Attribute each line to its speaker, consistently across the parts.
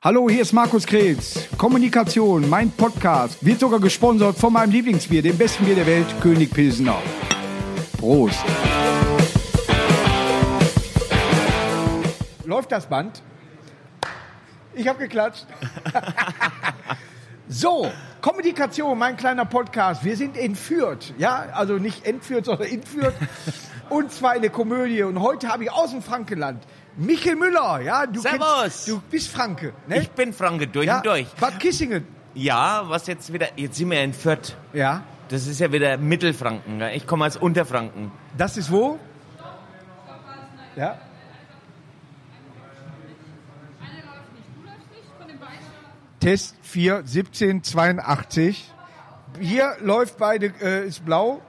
Speaker 1: Hallo, hier ist Markus Kretz. Kommunikation, mein Podcast, wird sogar gesponsert von meinem Lieblingsbier, dem besten Bier der Welt, König Pilsener. Prost. Läuft das Band? Ich habe geklatscht. so, Kommunikation, mein kleiner Podcast. Wir sind entführt. Ja, also nicht entführt, sondern entführt. Und zwar in der Komödie. Und heute habe ich aus dem Frankenland Michel Müller. Ja, du,
Speaker 2: Servus.
Speaker 1: du bist Franke. Ne?
Speaker 2: Ich bin Franke durch
Speaker 1: ja,
Speaker 2: und durch.
Speaker 1: Bad Kissingen.
Speaker 2: Ja, was jetzt wieder? Jetzt sind wir in Fürth.
Speaker 1: Ja,
Speaker 2: Das ist ja wieder Mittelfranken. Ja. Ich komme aus Unterfranken.
Speaker 1: das ist wo? Ja. Test 4, 17, 82. Hier läuft beide, äh, ist blau.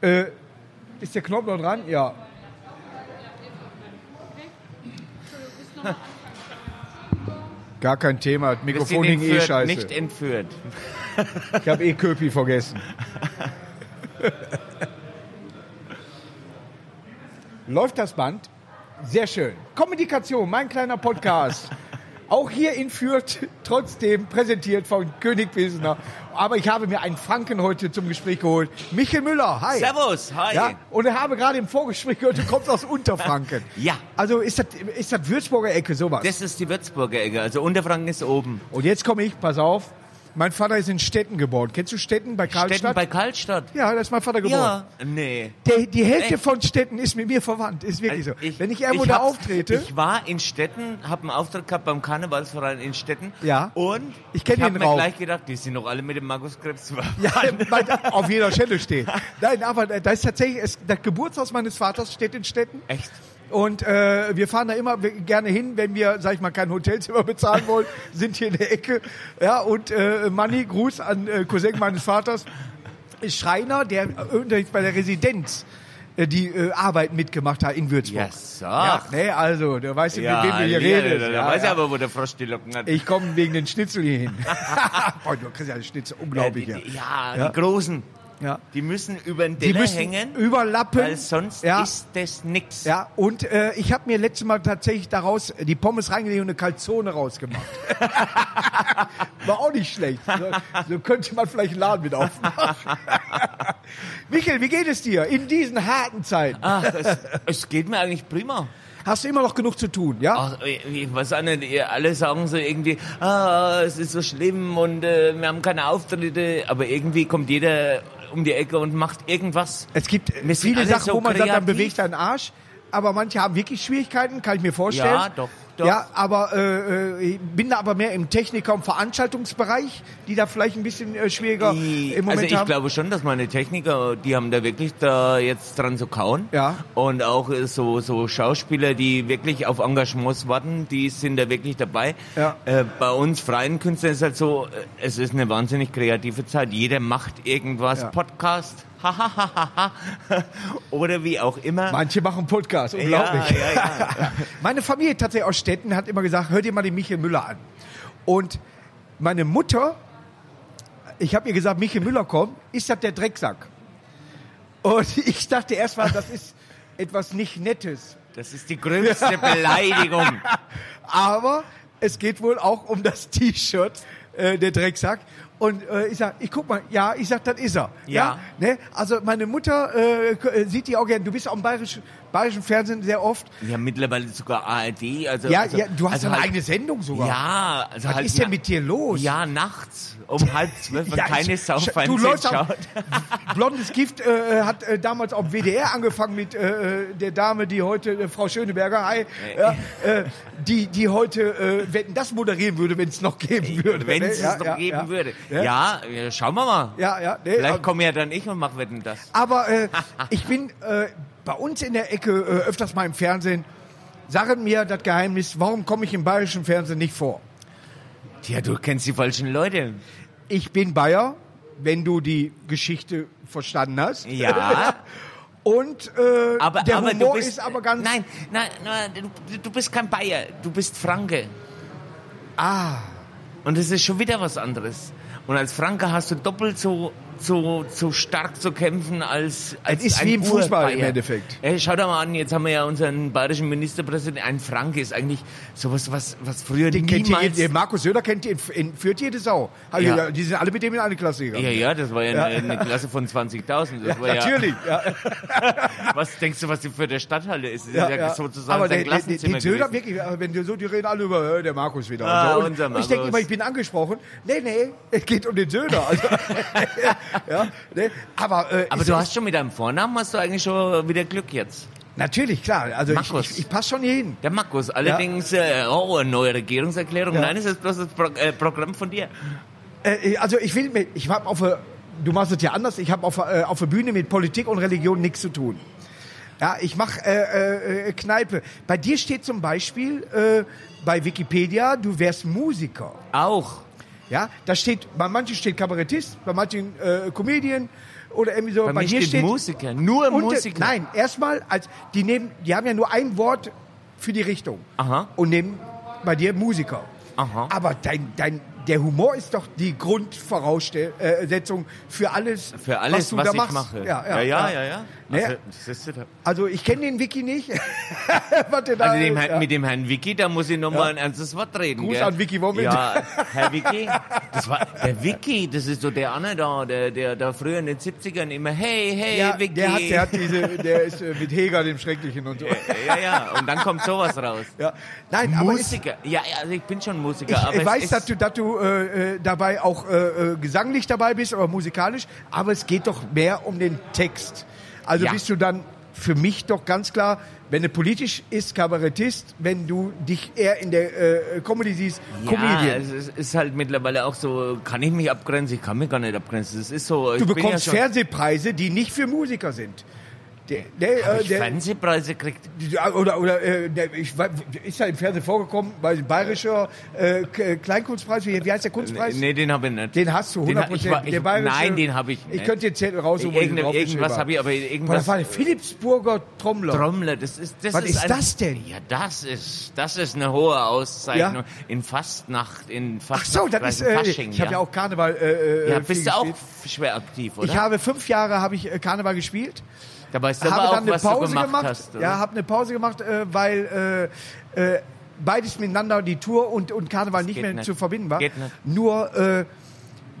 Speaker 1: Äh, ist der Knopf noch dran? Ja. Gar kein Thema, das
Speaker 2: Wir sind
Speaker 1: Mikrofon
Speaker 2: in
Speaker 1: hing eh
Speaker 2: Fürth
Speaker 1: scheiße.
Speaker 2: nicht entführt.
Speaker 1: Ich habe eh Köpi vergessen. Läuft das Band? Sehr schön. Kommunikation, mein kleiner Podcast. Auch hier in Fürth, trotzdem präsentiert von König Pilsener. Aber ich habe mir einen Franken heute zum Gespräch geholt. Michel Müller, hi.
Speaker 2: Servus, hi.
Speaker 1: Ja, und ich habe gerade im Vorgespräch gehört, du kommst aus Unterfranken.
Speaker 2: Ja.
Speaker 1: Also ist das, ist das Würzburger Ecke sowas?
Speaker 2: Das ist die Würzburger Ecke. Also Unterfranken ist oben.
Speaker 1: und jetzt komme ich, pass auf. Mein Vater ist in Stetten geboren. Kennst du Stetten bei Karlstadt?
Speaker 2: Städten bei Karlstadt.
Speaker 1: Ja, da ist mein Vater geboren.
Speaker 2: Ja. Nee.
Speaker 1: Der, die Hälfte
Speaker 2: Echt?
Speaker 1: von Städten ist mit mir verwandt, ist wirklich so. Also, Wenn ich irgendwo da
Speaker 2: hab's-
Speaker 1: auftrete, ich,
Speaker 2: Ich war in Stetten, habe einen Auftritt gehabt beim Karnevalsverein in Stetten.
Speaker 1: Ja.
Speaker 2: Und
Speaker 1: Ich kenn
Speaker 2: ich hab
Speaker 1: den
Speaker 2: mir
Speaker 1: Raum.
Speaker 2: gleich gedacht, die sind doch alle mit dem Markus Krebs verwandt.
Speaker 1: ja, mein, auf jeder Stelle steht. Nein, aber da ist tatsächlich, es, das Geburtshaus meines Vaters steht in Städten
Speaker 2: Echt?
Speaker 1: und äh, wir fahren da immer gerne hin, wenn wir, sag ich mal, kein Hotelzimmer bezahlen wollen, sind hier in der Ecke. Ja, und äh, Manni, Gruß an äh, Cousin meines Vaters, ist Schreiner, der äh, bei der Residenz äh, die äh, Arbeit mitgemacht hat in Würzburg.
Speaker 2: Yes.
Speaker 1: Ja, nee, also, du weißt, mit wem du hier
Speaker 2: Lele,
Speaker 1: redest.
Speaker 2: Da
Speaker 1: Ja,
Speaker 2: weiß
Speaker 1: ja.
Speaker 2: ich aber, wo der Frosch die Locken hat.
Speaker 1: Ich komme wegen den Schnitzel hier hin. Boah, du kriegst ja den Schnitzel, unglaublich.
Speaker 2: ja.
Speaker 1: Ja.
Speaker 2: Äh, Die, ja,
Speaker 1: Ja.
Speaker 2: die Großen.
Speaker 1: Ja.
Speaker 2: Die müssen über den
Speaker 1: Die
Speaker 2: Teller
Speaker 1: müssen
Speaker 2: hängen,
Speaker 1: überlappen.
Speaker 2: weil sonst
Speaker 1: ja.
Speaker 2: ist das nix.
Speaker 1: Ja, und äh, ich habe mir letztes Mal tatsächlich daraus die Pommes reingelegt und eine Calzone rausgemacht. War auch nicht schlecht. So, so könnte man vielleicht einen Laden mit aufmachen. Michael, wie geht es dir in diesen harten Zeiten?
Speaker 2: Ach, es, es geht mir eigentlich prima.
Speaker 1: Hast du immer noch genug zu tun, ja?
Speaker 2: Ach, ich ich weiß auch nicht, ihr- alle sagen so irgendwie, ah, es ist so schlimm und äh, wir haben keine Auftritte, aber irgendwie kommt jeder um die Ecke und macht irgendwas.
Speaker 1: Es gibt äh,
Speaker 2: Wir sind
Speaker 1: viele
Speaker 2: alle
Speaker 1: Sachen,
Speaker 2: so
Speaker 1: wo man sagt, dann
Speaker 2: kreativ.
Speaker 1: bewegt deinen Arsch. Aber manche haben wirklich Schwierigkeiten, kann ich mir vorstellen.
Speaker 2: Ja, doch, doch.
Speaker 1: Ja, aber äh, äh, ich bin da aber mehr im Techniker- und Veranstaltungsbereich, die da vielleicht ein bisschen äh, schwieriger
Speaker 2: Die-
Speaker 1: im Moment
Speaker 2: also ich
Speaker 1: haben.
Speaker 2: glaube schon, dass meine Techniker, die haben da wirklich da jetzt dran zu kauen.
Speaker 1: Ja.
Speaker 2: Und auch äh, so, so Schauspieler, die wirklich auf Engagements warten, die sind da wirklich dabei.
Speaker 1: Ja.
Speaker 2: Äh, bei uns freien Künstlern ist halt so, äh, es ist eine wahnsinnig kreative Zeit. Jeder macht irgendwas.
Speaker 1: Ja.
Speaker 2: Podcast, hahaha, oder wie auch immer.
Speaker 1: Manche machen Podcast, unglaublich.
Speaker 2: Ja, ja, ja.
Speaker 1: Meine Familie tatsächlich aus Städten hat immer gesagt, hör dir mal den Michael Müller an. Und meine Mutter, ich habe ihr gesagt, Michael Müller kommt, ist das der Drecksack? Und ich dachte erst mal, das ist etwas nicht Nettes.
Speaker 2: Das ist die größte Beleidigung.
Speaker 1: Aber es geht wohl auch um das T-Shirt, äh, der Drecksack. Und äh, ich sag, ich guck mal, ja, ich sag, das ist er.
Speaker 2: Ja.
Speaker 1: ne? Also meine Mutter äh, k- äh, sieht die auch gerne. Du bist auch im bayerischen, bayerischen Fernsehen sehr oft.
Speaker 2: Ja, mittlerweile sogar ARD. Also,
Speaker 1: Ja,
Speaker 2: also,
Speaker 1: ja du hast
Speaker 2: also
Speaker 1: eine
Speaker 2: halt-
Speaker 1: eigene Sendung sogar.
Speaker 2: Ja, also
Speaker 1: Was
Speaker 2: halt
Speaker 1: ist denn
Speaker 2: na-
Speaker 1: mit dir los?
Speaker 2: Ja, nachts um halb zwölf, wenn
Speaker 1: Ja,
Speaker 2: keine
Speaker 1: ich-
Speaker 2: Sau
Speaker 1: sch- du
Speaker 2: Fernsehen
Speaker 1: läufst am-
Speaker 2: schaut.
Speaker 1: Blondes Gift äh, hat äh, damals auf dem WDR angefangen mit äh, äh, der Dame, die heute, äh, Frau Schöneberger, hi, ja, äh, die, die heute, äh, wenn das moderieren würde, wenn es noch geben würde.
Speaker 2: Wenn es
Speaker 1: ne? Ja,
Speaker 2: es noch
Speaker 1: ja,
Speaker 2: geben
Speaker 1: ja.
Speaker 2: würde.
Speaker 1: Ja.
Speaker 2: Ja, ja, schauen wir mal.
Speaker 1: Ja, ja, nee,
Speaker 2: Vielleicht
Speaker 1: aber-
Speaker 2: komme ja dann ich und mach wetten das.
Speaker 1: Aber äh, ich bin äh, bei uns in der Ecke äh, öfters mal im Fernsehen. Sagen mir das Geheimnis, warum komme ich im bayerischen Fernsehen nicht vor?
Speaker 2: Tja, du kennst die falschen Leute.
Speaker 1: Ich bin Bayer, wenn du die Geschichte verstanden hast.
Speaker 2: Ja,
Speaker 1: Und äh,
Speaker 2: aber,
Speaker 1: der
Speaker 2: aber
Speaker 1: Humor
Speaker 2: du bist
Speaker 1: ist aber ganz...
Speaker 2: Nein, nein, nein du, du bist kein Bayer, du bist Franke.
Speaker 1: Ah,
Speaker 2: Und das ist schon wieder was anderes. Und als Franke hast du doppelt so zu, zu stark zu kämpfen als, als
Speaker 1: ist
Speaker 2: ein
Speaker 1: wie im Fußball
Speaker 2: Urbayer.
Speaker 1: im Endeffekt.
Speaker 2: Ey, schau doch mal an, jetzt haben wir ja unseren bayerischen Ministerpräsidenten, ein Franke ist eigentlich sowas, was, was früher
Speaker 1: Den kennt
Speaker 2: niemals...
Speaker 1: ihr, Markus Söder kennt ihr, in, führt jede Sau. Hallo,
Speaker 2: Ja.
Speaker 1: ja. Die sind alle mit dem in eine Klasse gegangen.
Speaker 2: ja, ja, das war ja, eine, eine Klasse von 20.000. Das war ja,
Speaker 1: Natürlich. Ja,
Speaker 2: was denkst du, was die für der Stadthalle ist? Das
Speaker 1: ja,
Speaker 2: ist ja,
Speaker 1: ja.
Speaker 2: sozusagen
Speaker 1: Aber
Speaker 2: sein
Speaker 1: der, der, der,
Speaker 2: Klassenzimmer
Speaker 1: der Söder
Speaker 2: gewesen.
Speaker 1: wirklich, aber wenn die so, die reden alle über äh, der Markus wieder.
Speaker 2: Ah,
Speaker 1: und so.
Speaker 2: unser
Speaker 1: und ich denke
Speaker 2: Markus.
Speaker 1: immer, ich bin angesprochen. Nee, nee, es geht um den Söder. Also, ja, nee. Aber, äh,
Speaker 2: Aber
Speaker 1: ist-
Speaker 2: du hast schon mit deinem Vornamen hast du eigentlich schon wieder Glück jetzt.
Speaker 1: natürlich, klar. Also ich,
Speaker 2: Markus.
Speaker 1: ich, ich passe schon hier hin.
Speaker 2: Der Markus, allerdings, äh, oh, eine neue Regierungserklärung. Nein, es ist bloß das Pro äh, Programm von dir.
Speaker 1: Äh, also ich will mit, ich habe auf der- du machst es ja anders, ich habe auf, der- äh, auf der Bühne mit Politik und Religion nichts zu tun. Ja, ich mache äh, äh, Kneipe. Bei dir steht zum Beispiel äh, bei Wikipedia, du wärst Musiker.
Speaker 2: Auch.
Speaker 1: Ja, da steht, bei manchen steht Kabarettist, bei manchen äh, Comedian oder irgendwie so.
Speaker 2: Bei, mir steht, Musiker, nur
Speaker 1: und, äh,
Speaker 2: Musiker.
Speaker 1: Nein, erstmal, als die nehmen, die haben ja nur ein Wort für die Richtung
Speaker 2: Aha.
Speaker 1: und nehmen bei dir Musiker.
Speaker 2: Aha.
Speaker 1: Aber dein, dein, der Humor ist doch die Grundvoraussetzung für alles,
Speaker 2: Für alles, was,
Speaker 1: was du da
Speaker 2: ich
Speaker 1: machst.
Speaker 2: mache.
Speaker 1: Ja,
Speaker 2: ja,
Speaker 1: ja,
Speaker 2: ja. ja,
Speaker 1: Nee.
Speaker 2: Also, das ist ja-
Speaker 1: Also ich kenne den Wiki nicht. was der da
Speaker 2: also dem,
Speaker 1: ist,
Speaker 2: Herrn-
Speaker 1: ja.
Speaker 2: mit dem Herrn Vicky, da muss ich nochmal mal ein ernstes Wort reden.
Speaker 1: Gruß
Speaker 2: gell?
Speaker 1: an Vicky Womit.
Speaker 2: Ja, Herr Vicky, das war der Vicky, das ist so der andere da, der, der da früher in den 70ern immer, hey, hey,
Speaker 1: ja,
Speaker 2: Vicky.
Speaker 1: der, hat, der, hat diese, der ist äh, mit Heger, dem Schrecklichen und so.
Speaker 2: ja, ja, und dann kommt sowas raus.
Speaker 1: Ja. Nein, aber es-
Speaker 2: Musiker. Ja, ja, also ich bin schon Musiker.
Speaker 1: Ich,
Speaker 2: aber
Speaker 1: ich
Speaker 2: es
Speaker 1: weiß,
Speaker 2: ist,
Speaker 1: dass du, dass du äh, äh, dabei auch äh, äh, gesanglich dabei bist oder musikalisch, aber es geht doch mehr um den Text. Also
Speaker 2: Ja.
Speaker 1: bist du dann für mich doch ganz klar, wenn du politisch ist, Kabarettist, wenn du dich eher in der äh, Comedy siehst,
Speaker 2: Ja,
Speaker 1: Comedian.
Speaker 2: es ist, ist halt mittlerweile auch so, kann ich mich abgrenzen? Ich kann mich gar nicht abgrenzen. Es ist so, ich
Speaker 1: Du
Speaker 2: bin ja
Speaker 1: bekommst
Speaker 2: schon,
Speaker 1: Fernsehpreise, die nicht für Musiker sind. Der, der,
Speaker 2: Hab
Speaker 1: äh,
Speaker 2: ich
Speaker 1: der,
Speaker 2: Fernsehpreise kriegt.
Speaker 1: Ja, Oder, oder äh, der, ich, wei- ist ja im Fernsehen vorgekommen, bei dem Bayerischer äh, K- Kleinkunstpreis, wie, wie heißt der Kunstpreis?
Speaker 2: Äh, Nee, den habe ich nicht.
Speaker 1: Den hast du
Speaker 2: Den ha-
Speaker 1: 100
Speaker 2: ich war- ich-
Speaker 1: Der bayerische-
Speaker 2: nein, den hab ich
Speaker 1: Ich
Speaker 2: nicht.
Speaker 1: könnte den Zettel rausholen. wo ich
Speaker 2: Irgend,
Speaker 1: draufgeschrieben
Speaker 2: irgendwas
Speaker 1: hab.
Speaker 2: habe ich, aber
Speaker 1: Boah, das
Speaker 2: irgendwas.
Speaker 1: war der Philipsburger Trommler.
Speaker 2: Trommler, das ist, das
Speaker 1: Was ist
Speaker 2: ein-
Speaker 1: das denn?
Speaker 2: Ja, das ist, das ist eine hohe Auszeichnung.
Speaker 1: Ja.
Speaker 2: In Fastnacht, in
Speaker 1: Ach
Speaker 2: Fastnacht.
Speaker 1: so, das ist. Äh,
Speaker 2: Fasching,
Speaker 1: ich habe ja. auch Karneval. Äh, äh,
Speaker 2: Ja,
Speaker 1: viel
Speaker 2: bist du auch
Speaker 1: gespielt.
Speaker 2: schwer aktiv, oder?
Speaker 1: Ich habe fünf Jahre habe ich äh, Karneval gespielt.
Speaker 2: da weißt du
Speaker 1: habe
Speaker 2: aber
Speaker 1: dann
Speaker 2: auch,
Speaker 1: eine
Speaker 2: was
Speaker 1: Pause
Speaker 2: du gemacht, hast. Oder?
Speaker 1: Ja, habe eine Pause gemacht, äh, weil äh, äh, beides miteinander, die Tour und, und Karneval nicht
Speaker 2: geht
Speaker 1: mehr
Speaker 2: nicht.
Speaker 1: zu verbinden war.
Speaker 2: Geht nicht.
Speaker 1: Nur, äh,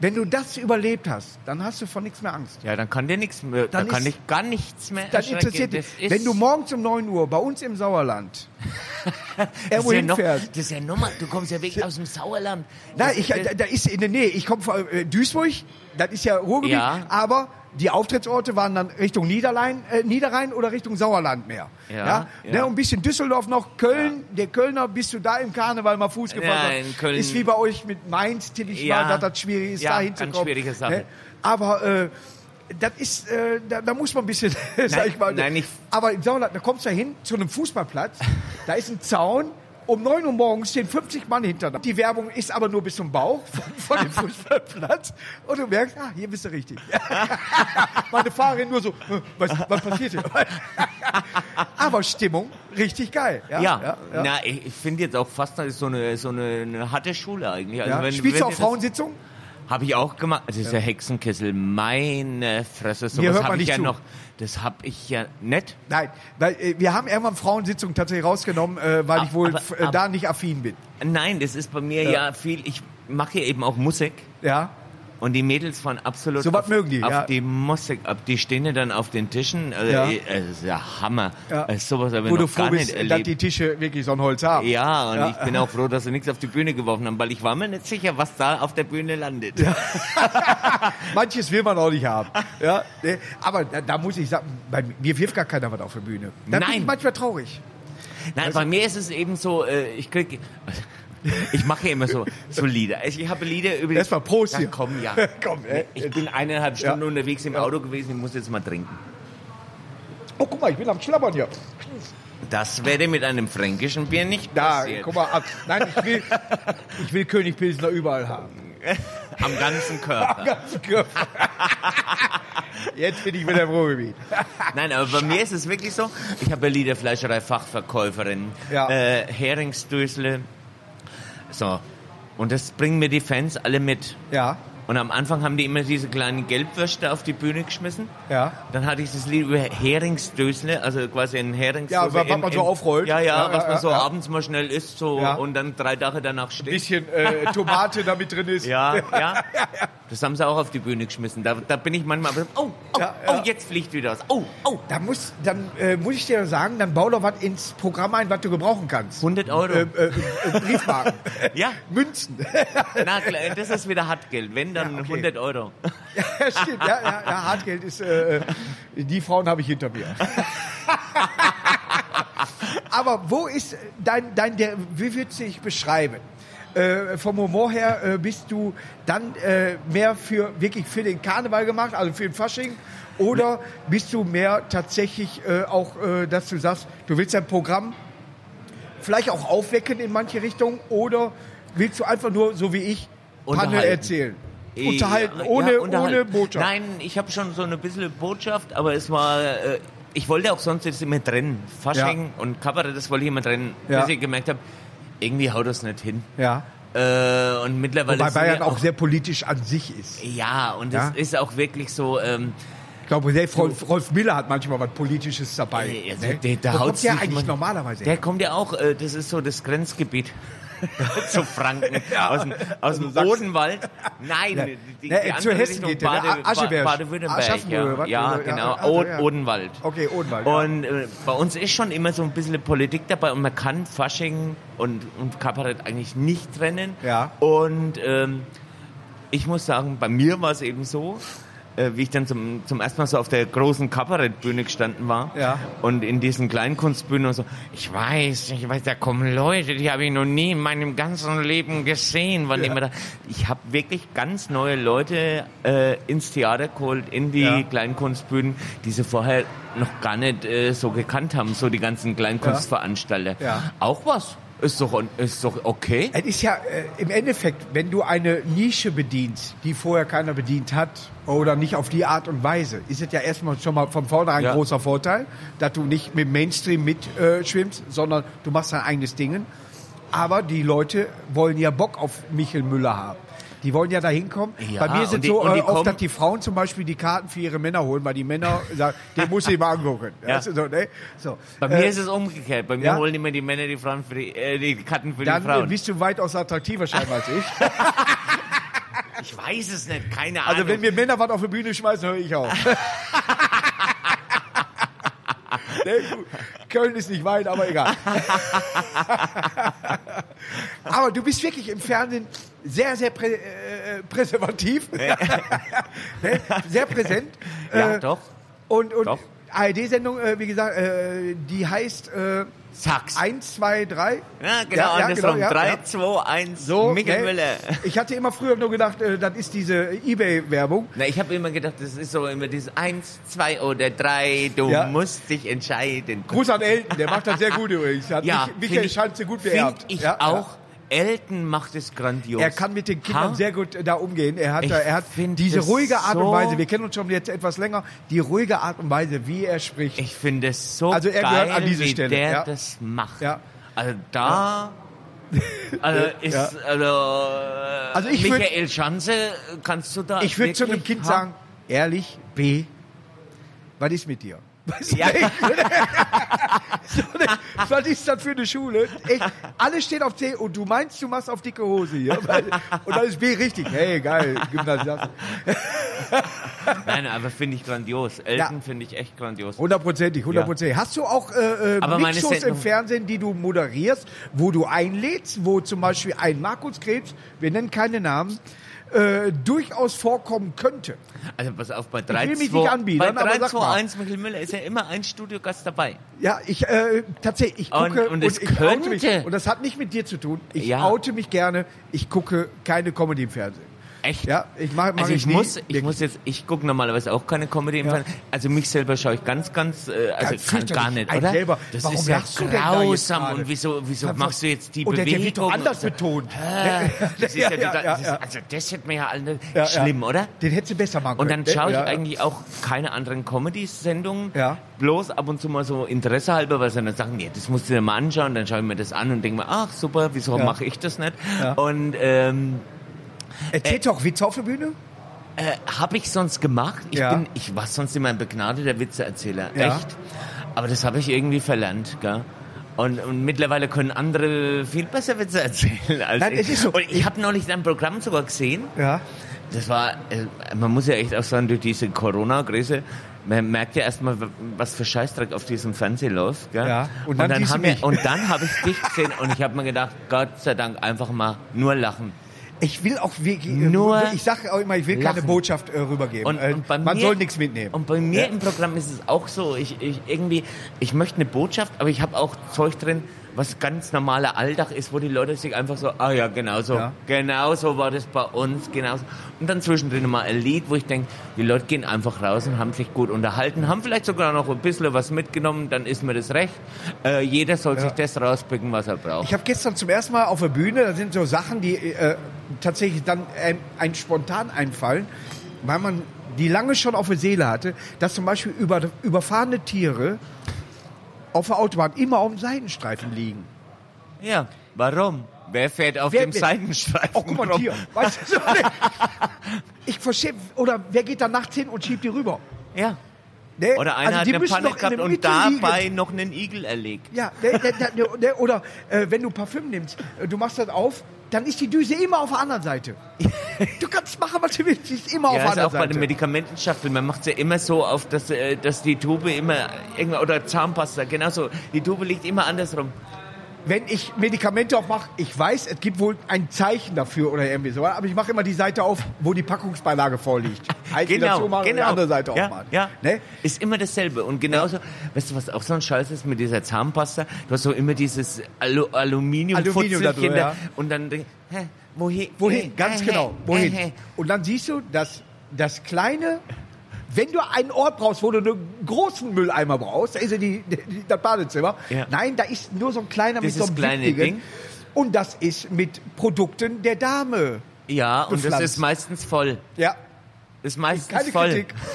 Speaker 1: wenn du das überlebt hast, dann hast du von nichts mehr Angst.
Speaker 2: ja, dann kann dir nichts mehr, dann
Speaker 1: Dann
Speaker 2: kann
Speaker 1: ist-
Speaker 2: ich gar nichts mehr
Speaker 1: Das
Speaker 2: erschrecken.
Speaker 1: interessiert dich.
Speaker 2: Das ist-
Speaker 1: Wenn du morgens um 9 Uhr bei uns im Sauerland
Speaker 2: Das ist
Speaker 1: irgendwo
Speaker 2: ja noch,
Speaker 1: hinfährst,
Speaker 2: das ist ja nochmal, du kommst ja weg aus dem Sauerland.
Speaker 1: Nein,
Speaker 2: Das-
Speaker 1: ich, äh,
Speaker 2: das-
Speaker 1: da, da ist in der Nähe. Ich komme von äh, Duisburg, das ist ja Ruhrgebiet,
Speaker 2: Ja.
Speaker 1: aber die Auftrittsorte waren dann Richtung Niederrhein, äh, Niederrhein oder Richtung Sauerland mehr.
Speaker 2: Ja, ja.
Speaker 1: Ne, und ein bisschen Düsseldorf noch, Köln, der Kölner, bist du da im Karneval mal Fuß gefasst
Speaker 2: in
Speaker 1: hast,
Speaker 2: Köln-
Speaker 1: Ist wie bei euch mit Mainz, till ich
Speaker 2: Ja.
Speaker 1: mal, dass das schwierig ist,
Speaker 2: Ja,
Speaker 1: da hinzukommen.
Speaker 2: ganz schwierige Sache.
Speaker 1: Aber äh, das ist, äh, da, da muss man ein bisschen, sag ich mal.
Speaker 2: nein, ich-
Speaker 1: aber im Sauerland, da kommst du da hin zu einem Fußballplatz, da ist ein Zaun, um 9 Uhr morgens stehen 50 Mann hinter dir. Die Werbung ist aber nur bis zum Bauch von, von dem Fußballplatz und du merkst, ah, hier bist du richtig. Meine Fahrerin nur so, äh, was, was passiert hier? aber Stimmung, richtig geil. Ja,
Speaker 2: ja,
Speaker 1: ja.
Speaker 2: na, also ich, ich finde jetzt auch fast, das ist so eine, so eine, eine harte Schule eigentlich. Also
Speaker 1: Ja.
Speaker 2: wenn,
Speaker 1: Spielst
Speaker 2: wenn
Speaker 1: du auch Frauensitzung?
Speaker 2: Habe ich auch gemacht. Das ist ja Hexenkessel, meine Fresse.
Speaker 1: Mir
Speaker 2: Sowas
Speaker 1: hört man
Speaker 2: habe ich
Speaker 1: nicht
Speaker 2: ja
Speaker 1: zu.
Speaker 2: noch, das habe ich ja nicht.
Speaker 1: Nein, weil äh, wir haben irgendwann Frauensitzung tatsächlich rausgenommen, äh, weil ich
Speaker 2: Aber-
Speaker 1: wohl
Speaker 2: aber-
Speaker 1: f- äh,
Speaker 2: aber-
Speaker 1: da nicht affin bin.
Speaker 2: Nein, das ist bei mir ja, viel, ich mache ja eben auch Musik.
Speaker 1: Ja.
Speaker 2: Und die Mädels fahren absolut
Speaker 1: So was
Speaker 2: auf,
Speaker 1: mögen die,
Speaker 2: auf
Speaker 1: ja.
Speaker 2: die Musik ab. Die stehen ja dann auf den Tischen. Also,
Speaker 1: Ja.
Speaker 2: äh, Das ist ja Hammer.
Speaker 1: Ja.
Speaker 2: Äh, Sowas habe ich
Speaker 1: Wo du
Speaker 2: noch
Speaker 1: froh
Speaker 2: gar
Speaker 1: bist,
Speaker 2: nicht
Speaker 1: dass
Speaker 2: erlebt.
Speaker 1: die Tische wirklich so ein Holz haben.
Speaker 2: Ja, und ich bin auch froh, dass sie nichts auf die Bühne geworfen haben, weil ich war mir nicht sicher, was da auf der Bühne landet.
Speaker 1: Manches will man auch nicht haben. Ja, ne? Aber da, da muss ich sagen, bei mir wirft gar keiner was auf der Bühne. Da
Speaker 2: Nein.
Speaker 1: bin ich manchmal traurig.
Speaker 2: Nein, bei mir ist es eben so, äh, ich krieg, ich mache ja immer so, so Lieder. Also, Ich, ich habe Lieder über die-
Speaker 1: Erstmal Prost
Speaker 2: Ja,
Speaker 1: hier.
Speaker 2: komm, ja.
Speaker 1: Komm, ey.
Speaker 2: Ich bin eineinhalb Stunden
Speaker 1: Ja.
Speaker 2: unterwegs im Auto gewesen, ich muss jetzt mal trinken.
Speaker 1: Oh, guck mal, ich bin am Schlabbern hier.
Speaker 2: Das wäre mit einem fränkischen Bier nicht
Speaker 1: Da,
Speaker 2: passiert.
Speaker 1: guck mal ab. Nein, ich will, ich will König Pilsner überall haben.
Speaker 2: Am ganzen Körper.
Speaker 1: Ganz Körper. Jetzt bin ich wieder im Ruhrgebiet.
Speaker 2: Nein, aber bei mir ist es wirklich so, ich habe ja Liederfleischerei-Fachverkäuferin,
Speaker 1: Ja.
Speaker 2: äh, Heringsdösle, so. Und das bringen mir die Fans alle mit.
Speaker 1: Ja.
Speaker 2: Und am Anfang haben die immer diese kleinen Gelbwürste auf die Bühne geschmissen.
Speaker 1: Ja.
Speaker 2: Dann hatte ich das Lied über Heringsdösle, also quasi ein Herings. also
Speaker 1: Ja, was man so aufrollt.
Speaker 2: Ja, ja,
Speaker 1: Ja,
Speaker 2: was
Speaker 1: ja,
Speaker 2: man so
Speaker 1: ja.
Speaker 2: abends mal schnell isst so
Speaker 1: Ja.
Speaker 2: und dann drei Tage danach steht.
Speaker 1: bisschen äh, Tomate damit drin ist.
Speaker 2: Ja, ja. Das haben sie auch auf die Bühne geschmissen. Da, da bin ich manchmal, oh, oh,
Speaker 1: Ja, ja.
Speaker 2: oh, jetzt fliegt wieder was. Oh, oh.
Speaker 1: Da muss, dann äh, muss ich dir sagen, dann bau doch was ins Programm ein, was du gebrauchen kannst.
Speaker 2: 100 Euro.
Speaker 1: Ähm, äh, äh, Briefmarken.
Speaker 2: ja,
Speaker 1: Münzen.
Speaker 2: na klar, das ist wieder Hartgeld. Wenn, dann
Speaker 1: Ja, okay.
Speaker 2: 100 Euro.
Speaker 1: ja, stimmt. Ja, ja, ja, Hartgeld ist, äh, die Frauen habe ich hinter mir. Aber wo ist dein, dein der, wie würdest du dich beschreiben? Äh, vom Humor her äh, bist du dann äh, mehr für wirklich für den Karneval gemacht, also für den Fasching, oder bist du mehr tatsächlich äh, auch, äh, dass du sagst, du willst dein Programm vielleicht auch aufwecken in manche Richtung, oder willst du einfach nur, so wie ich, Panne
Speaker 2: Unterhalten.
Speaker 1: erzählen?
Speaker 2: Eh,
Speaker 1: unterhalten,
Speaker 2: ja,
Speaker 1: ohne,
Speaker 2: ja, unterhalten.
Speaker 1: ohne Botschaft.
Speaker 2: Nein, ich habe schon so eine bisschen Botschaft, aber es war, äh, ich wollte auch sonst jetzt immer trennen. Fasching und Kabarett, das wollte ich immer trennen,
Speaker 1: Ja.
Speaker 2: bis ich gemerkt habe, irgendwie haut das nicht hin.
Speaker 1: Ja.
Speaker 2: Äh, und mittlerweile
Speaker 1: Wobei
Speaker 2: sind wir
Speaker 1: Bayern auch sehr politisch an sich ist.
Speaker 2: ja, und
Speaker 1: Ja.
Speaker 2: es ist auch wirklich so, ähm,
Speaker 1: Ich glaube, selbst Rolf, Rolf Miller hat manchmal was Politisches dabei.
Speaker 2: Ey, also
Speaker 1: ne?
Speaker 2: der- der
Speaker 1: Wo kommt
Speaker 2: haut's
Speaker 1: der
Speaker 2: nicht
Speaker 1: eigentlich
Speaker 2: mal-
Speaker 1: normalerweise
Speaker 2: Der
Speaker 1: her?
Speaker 2: kommt ja auch, äh, das ist so das Grenzgebiet zu Franken, aus dem, aus dem
Speaker 1: Sachsen.
Speaker 2: Odenwald. Nein,
Speaker 1: Also Ja.
Speaker 2: die, die,
Speaker 1: Ne,
Speaker 2: die
Speaker 1: zu
Speaker 2: andere
Speaker 1: Hessen
Speaker 2: Richtung
Speaker 1: geht der, ne?
Speaker 2: Bade-
Speaker 1: A- Ascheberg.
Speaker 2: Ba- Baden-Württemberg,
Speaker 1: Aschaffenburg,
Speaker 2: ja.
Speaker 1: was?
Speaker 2: ja,
Speaker 1: Ja,
Speaker 2: genau,
Speaker 1: also,
Speaker 2: Od
Speaker 1: ja.
Speaker 2: Odenwald.
Speaker 1: Okay, Odenwald. ja.
Speaker 2: Und äh, bei uns ist schon immer so ein bisschen Politik dabei und man kann Fasching und, und Kabarett eigentlich nicht trennen.
Speaker 1: Ja.
Speaker 2: Und ähm, ich muss sagen, bei mir war es eben so, äh, wie ich dann zum, zum ersten Mal so auf der großen Kabarettbühne gestanden war
Speaker 1: Ja.
Speaker 2: und in diesen Kleinkunstbühnen und so, ich weiß, ich weiß, da kommen Leute, die habe ich noch nie in meinem ganzen Leben gesehen. Wann immer da, ich habe wirklich ganz neue Leute äh, ins Theater geholt, in die
Speaker 1: Ja.
Speaker 2: Kleinkunstbühnen, die sie vorher noch gar nicht äh, so gekannt haben, so die ganzen Kleinkunstveranstalter.
Speaker 1: Ja. Ja.
Speaker 2: Auch was. Ist doch, ist doch okay.
Speaker 1: Es ist ja äh, im Endeffekt, wenn du eine Nische bedienst, die vorher keiner bedient hat oder nicht auf die Art und Weise, ist es ja erstmal schon mal von vornherein
Speaker 2: Ja.
Speaker 1: großer Vorteil, dass du nicht mit Mainstream mitschwimmst, äh, schwimmst, sondern du machst dein eigenes Ding. Aber die Leute wollen ja Bock auf Michel Müller haben. Die wollen ja da hinkommen.
Speaker 2: Ja,
Speaker 1: Bei mir sind
Speaker 2: und die-
Speaker 1: so
Speaker 2: und
Speaker 1: äh,
Speaker 2: die
Speaker 1: oft,
Speaker 2: kommen-
Speaker 1: dass die Frauen zum Beispiel die Karten für ihre Männer holen, weil die Männer sagen, den muss ich mal angucken.
Speaker 2: Ja.
Speaker 1: Weißt du, so, ne? so.
Speaker 2: Bei mir ist es umgekehrt. Bei mir
Speaker 1: ja.
Speaker 2: holen immer die Männer die, Frauen für die, äh, die Karten für
Speaker 1: dann
Speaker 2: die
Speaker 1: äh,
Speaker 2: Frauen.
Speaker 1: bist du weitaus attraktiver scheinbar als ich.
Speaker 2: Ich weiß es nicht, keine Ahnung.
Speaker 1: Also wenn mir Männer was auf die Bühne schmeißen, höre ich auf. Nee, gut. Köln ist nicht weit, aber egal. aber du bist wirklich im Fernsehen sehr, sehr prä äh, präservativ. Ne? sehr präsent.
Speaker 2: ja,
Speaker 1: Äh,
Speaker 2: doch.
Speaker 1: Und, und
Speaker 2: Doch.
Speaker 1: ARD-Sendung, äh, wie gesagt, äh, die heißt äh,
Speaker 2: Sag's.
Speaker 1: 1, 2, 3.
Speaker 2: ja, genau,
Speaker 1: Ja, ja,
Speaker 2: andersrum.
Speaker 1: genau, ja,
Speaker 2: 3,
Speaker 1: ja.
Speaker 2: 2, 1,
Speaker 1: So,
Speaker 2: Michael
Speaker 1: ne?
Speaker 2: Müller.
Speaker 1: Ich hatte immer früher nur gedacht, äh, das ist diese Ebay-Werbung.
Speaker 2: Na, ich habe immer gedacht, das ist so immer dieses 1, 2 oder 3, du
Speaker 1: Ja.
Speaker 2: musst dich entscheiden.
Speaker 1: Gruß an Elton, der macht das sehr gut übrigens. Hat mich, Michael
Speaker 2: find ich-
Speaker 1: Schanze gut
Speaker 2: find
Speaker 1: beerbt.
Speaker 2: ich
Speaker 1: Ja,
Speaker 2: auch. Elton macht es grandios.
Speaker 1: Ja. Er kann mit den Kindern
Speaker 2: Ha?
Speaker 1: sehr gut äh, da umgehen. Er hat,
Speaker 2: Ich
Speaker 1: da- er hat
Speaker 2: find
Speaker 1: diese
Speaker 2: es
Speaker 1: ruhige Art und
Speaker 2: so-
Speaker 1: Weise, wir kennen uns schon jetzt etwas länger, die ruhige Art und Weise, wie er spricht.
Speaker 2: Ich finde es so
Speaker 1: Also er
Speaker 2: geil,
Speaker 1: gehört an diese
Speaker 2: wie
Speaker 1: Stelle,
Speaker 2: der
Speaker 1: ja.
Speaker 2: das macht.
Speaker 1: Ja.
Speaker 2: Also da... Also, ist,
Speaker 1: Ja.
Speaker 2: also,
Speaker 1: Also ich würd-
Speaker 2: Michael Schanze kannst du da
Speaker 1: ich würde zu einem
Speaker 2: wirklich
Speaker 1: Kind
Speaker 2: haben?
Speaker 1: sagen, ehrlich, B, was ist mit dir? Weißt du,
Speaker 2: Ja.
Speaker 1: echt? so eine, was ist das für eine Schule? Echt, alle stehen auf C und du meinst, du machst auf dicke Hose hier. Und dann ist B richtig. Hey, geil, Gymnasium.
Speaker 2: Nein, aber finde ich grandios. Elton finde ich echt grandios.
Speaker 1: Hundertprozentig, hundertprozentig. Hast du auch äh, äh,
Speaker 2: Aber meine
Speaker 1: Mixshows im
Speaker 2: Sendung-
Speaker 1: Fernsehen, die du moderierst, wo du einlädst, wo zum Beispiel ein Markus Krebs, wir nennen keine Namen, äh, durchaus vorkommen könnte?
Speaker 2: Also pass auf, bei 3,
Speaker 1: will mich
Speaker 2: 2,
Speaker 1: nicht anbiedern,
Speaker 2: bei
Speaker 1: aber
Speaker 2: 3,
Speaker 1: sag
Speaker 2: 2,
Speaker 1: mal.
Speaker 2: 1 Michael Müller ist ja immer ein Studiogast dabei.
Speaker 1: Ja, ich äh, tatsächlich, ich gucke
Speaker 2: Und- und es
Speaker 1: ich oute mich,
Speaker 2: könnte.
Speaker 1: und das hat nicht mit dir zu tun. Ich
Speaker 2: Ja.
Speaker 1: oute mich gerne, ich gucke keine Comedy im Fernsehen.
Speaker 2: Echt?
Speaker 1: Ja, ich mache mach
Speaker 2: Also ich
Speaker 1: nie.
Speaker 2: muss,
Speaker 1: Wirklich.
Speaker 2: ich muss jetzt, ich gucke normalerweise auch keine Comedy im
Speaker 1: Ja.
Speaker 2: Fernsehen. Also mich selber schaue ich ganz, ganz, äh, also
Speaker 1: Ganz
Speaker 2: kann gar
Speaker 1: fürchterlich.
Speaker 2: nicht,
Speaker 1: Ein
Speaker 2: oder?
Speaker 1: selber.
Speaker 2: Das
Speaker 1: Warum
Speaker 2: ist ja
Speaker 1: lachst du denn da jetzt
Speaker 2: grausam.
Speaker 1: gerade?
Speaker 2: Und wieso, wieso
Speaker 1: Kannst
Speaker 2: machst
Speaker 1: du-
Speaker 2: du jetzt die
Speaker 1: und der, der wird
Speaker 2: Bewegung? Äh,
Speaker 1: doch anders betont.
Speaker 2: Das ist ja, total, das ist,
Speaker 1: ja.
Speaker 2: also das hätte mir ja alle
Speaker 1: Ja,
Speaker 2: schlimm,
Speaker 1: ja.
Speaker 2: oder?
Speaker 1: Den hättest du besser machen
Speaker 2: Und
Speaker 1: können. ne?
Speaker 2: dann schaue ich
Speaker 1: Ja, ja.
Speaker 2: eigentlich auch keine anderen Comedy-Sendungen.
Speaker 1: Ja.
Speaker 2: Bloß ab und zu mal so Interesse halber, weil sie dann sagen, nee, das musst du dir mal anschauen. Dann schaue ich mir das an und denke mir, ach super, wieso
Speaker 1: Ja.
Speaker 2: mache ich das nicht?
Speaker 1: Ja.
Speaker 2: Und ähm,
Speaker 1: Erzähl doch, Witze auf der Bühne?
Speaker 2: Äh, habe ich sonst gemacht. Ich,
Speaker 1: Ja.
Speaker 2: bin, ich war sonst immer ein begnadeter Witzeerzähler.
Speaker 1: Ja.
Speaker 2: Echt. Aber das habe ich irgendwie verlernt, gell? Und, und mittlerweile können andere viel besser Witze erzählen als
Speaker 1: Nein,
Speaker 2: ich.
Speaker 1: es ist so.
Speaker 2: Und ich habe neulich dein Programm sogar gesehen.
Speaker 1: Ja.
Speaker 2: Das war, äh, man muss ja echt auch sagen, durch diese Corona-Krise, man merkt ja erstmal, was für Scheißdreck auf diesem Fernseher läuft. Gell?
Speaker 1: Ja, und dann siehst du
Speaker 2: haben wir-
Speaker 1: mich.
Speaker 2: und dann habe ich dich gesehen und ich habe mir gedacht, Gott sei Dank, einfach mal nur lachen.
Speaker 1: Ich will auch wirklich, äh,
Speaker 2: Nur
Speaker 1: ich sage auch immer, ich will keine
Speaker 2: lachen.
Speaker 1: Botschaft äh, rübergeben.
Speaker 2: Und,
Speaker 1: Äh,
Speaker 2: und bei
Speaker 1: Man
Speaker 2: mir,
Speaker 1: soll nichts mitnehmen.
Speaker 2: Und bei mir
Speaker 1: Ja.
Speaker 2: im Programm ist es auch so. Ich, ich irgendwie, ich möchte eine Botschaft, aber ich habe auch Zeug drin, was ganz normaler Alltag ist, wo die Leute sich einfach so, ah ja, genau so,
Speaker 1: Ja.
Speaker 2: genau so war das bei uns, genau so. Und dann zwischendrin mal ein Lied, wo ich denke, die Leute gehen einfach raus und haben sich gut unterhalten, haben vielleicht sogar noch ein bisschen was mitgenommen, dann ist mir das recht. Äh, jeder soll sich das rauspicken, was er braucht.
Speaker 1: Ich habe gestern zum ersten Mal auf der Bühne, da sind so Sachen, die äh, tatsächlich dann ein, ein spontan einfallen, weil man die lange schon auf der Seele hatte, dass zum Beispiel über, überfahrene Tiere auf der Autobahn immer auf dem Seidenstreifen liegen.
Speaker 2: ja, warum? Wer fährt auf
Speaker 1: Wer-
Speaker 2: dem
Speaker 1: wer-
Speaker 2: Seitenstreifen
Speaker 1: Oh, guck mal, ein
Speaker 2: rum?
Speaker 1: Tier. Weißt du, so, ne? ich verstehe, oder wer geht da nachts hin und schiebt die rüber?
Speaker 2: Ja.
Speaker 1: Ne?
Speaker 2: Oder
Speaker 1: Also
Speaker 2: einer
Speaker 1: die
Speaker 2: hat eine
Speaker 1: müssen
Speaker 2: Panne
Speaker 1: doch in
Speaker 2: gehabt
Speaker 1: der
Speaker 2: und
Speaker 1: Mitte
Speaker 2: dabei
Speaker 1: liegen.
Speaker 2: noch einen Igel erlegt.
Speaker 1: Ja, ne, ne, ne, ne, oder äh, wenn du Parfüm nimmst, äh, du machst das auf, dann ist die Düse immer auf der anderen Seite. Du kannst machen, was du willst, sie ist immer
Speaker 2: Ja,
Speaker 1: auf
Speaker 2: ist
Speaker 1: der
Speaker 2: auch
Speaker 1: anderen
Speaker 2: bei
Speaker 1: Seite.
Speaker 2: den Medikamentenschaffeln. Man macht es ja immer so auf, dass, äh, dass die Tube immer irgendwann, oder Zahnpasta, genauso. Die Tube liegt immer andersrum.
Speaker 1: wenn ich Medikamente aufmache, ich weiß, es gibt wohl ein Zeichen dafür oder irgendwie so, aber ich mache immer die Seite auf, wo die Packungsbeilage vorliegt. Halt wieder
Speaker 2: Genau,
Speaker 1: zumachen und die
Speaker 2: genau.
Speaker 1: andere Seite
Speaker 2: ja,
Speaker 1: aufmachen.
Speaker 2: ja.
Speaker 1: Ne?
Speaker 2: Ist immer dasselbe. Und genauso, weißt du, was auch so ein Scheiß ist mit dieser Zahnpasta? Du hast so immer dieses Alu aluminium,
Speaker 1: Aluminium da drüber, ja.
Speaker 2: Und dann denk ich, hä, wohin?
Speaker 1: Wohin?
Speaker 2: Äh,
Speaker 1: Ganz
Speaker 2: äh,
Speaker 1: genau.
Speaker 2: äh,
Speaker 1: Wohin?
Speaker 2: äh.
Speaker 1: Und dann siehst du, dass das kleine, wenn du einen Ort brauchst, wo du einen großen Mülleimer brauchst, da ist ja die, die, das Badezimmer.
Speaker 2: Ja.
Speaker 1: Nein, da ist nur so ein kleiner mit so
Speaker 2: Dieses
Speaker 1: einem
Speaker 2: kleine
Speaker 1: Wichtigen.
Speaker 2: Ding.
Speaker 1: Und das ist mit Produkten der Dame.
Speaker 2: Ja, und das
Speaker 1: Gepflanzt.
Speaker 2: ist meistens voll.
Speaker 1: Ja,
Speaker 2: Ist meistens
Speaker 1: keine
Speaker 2: voll.
Speaker 1: Kritik.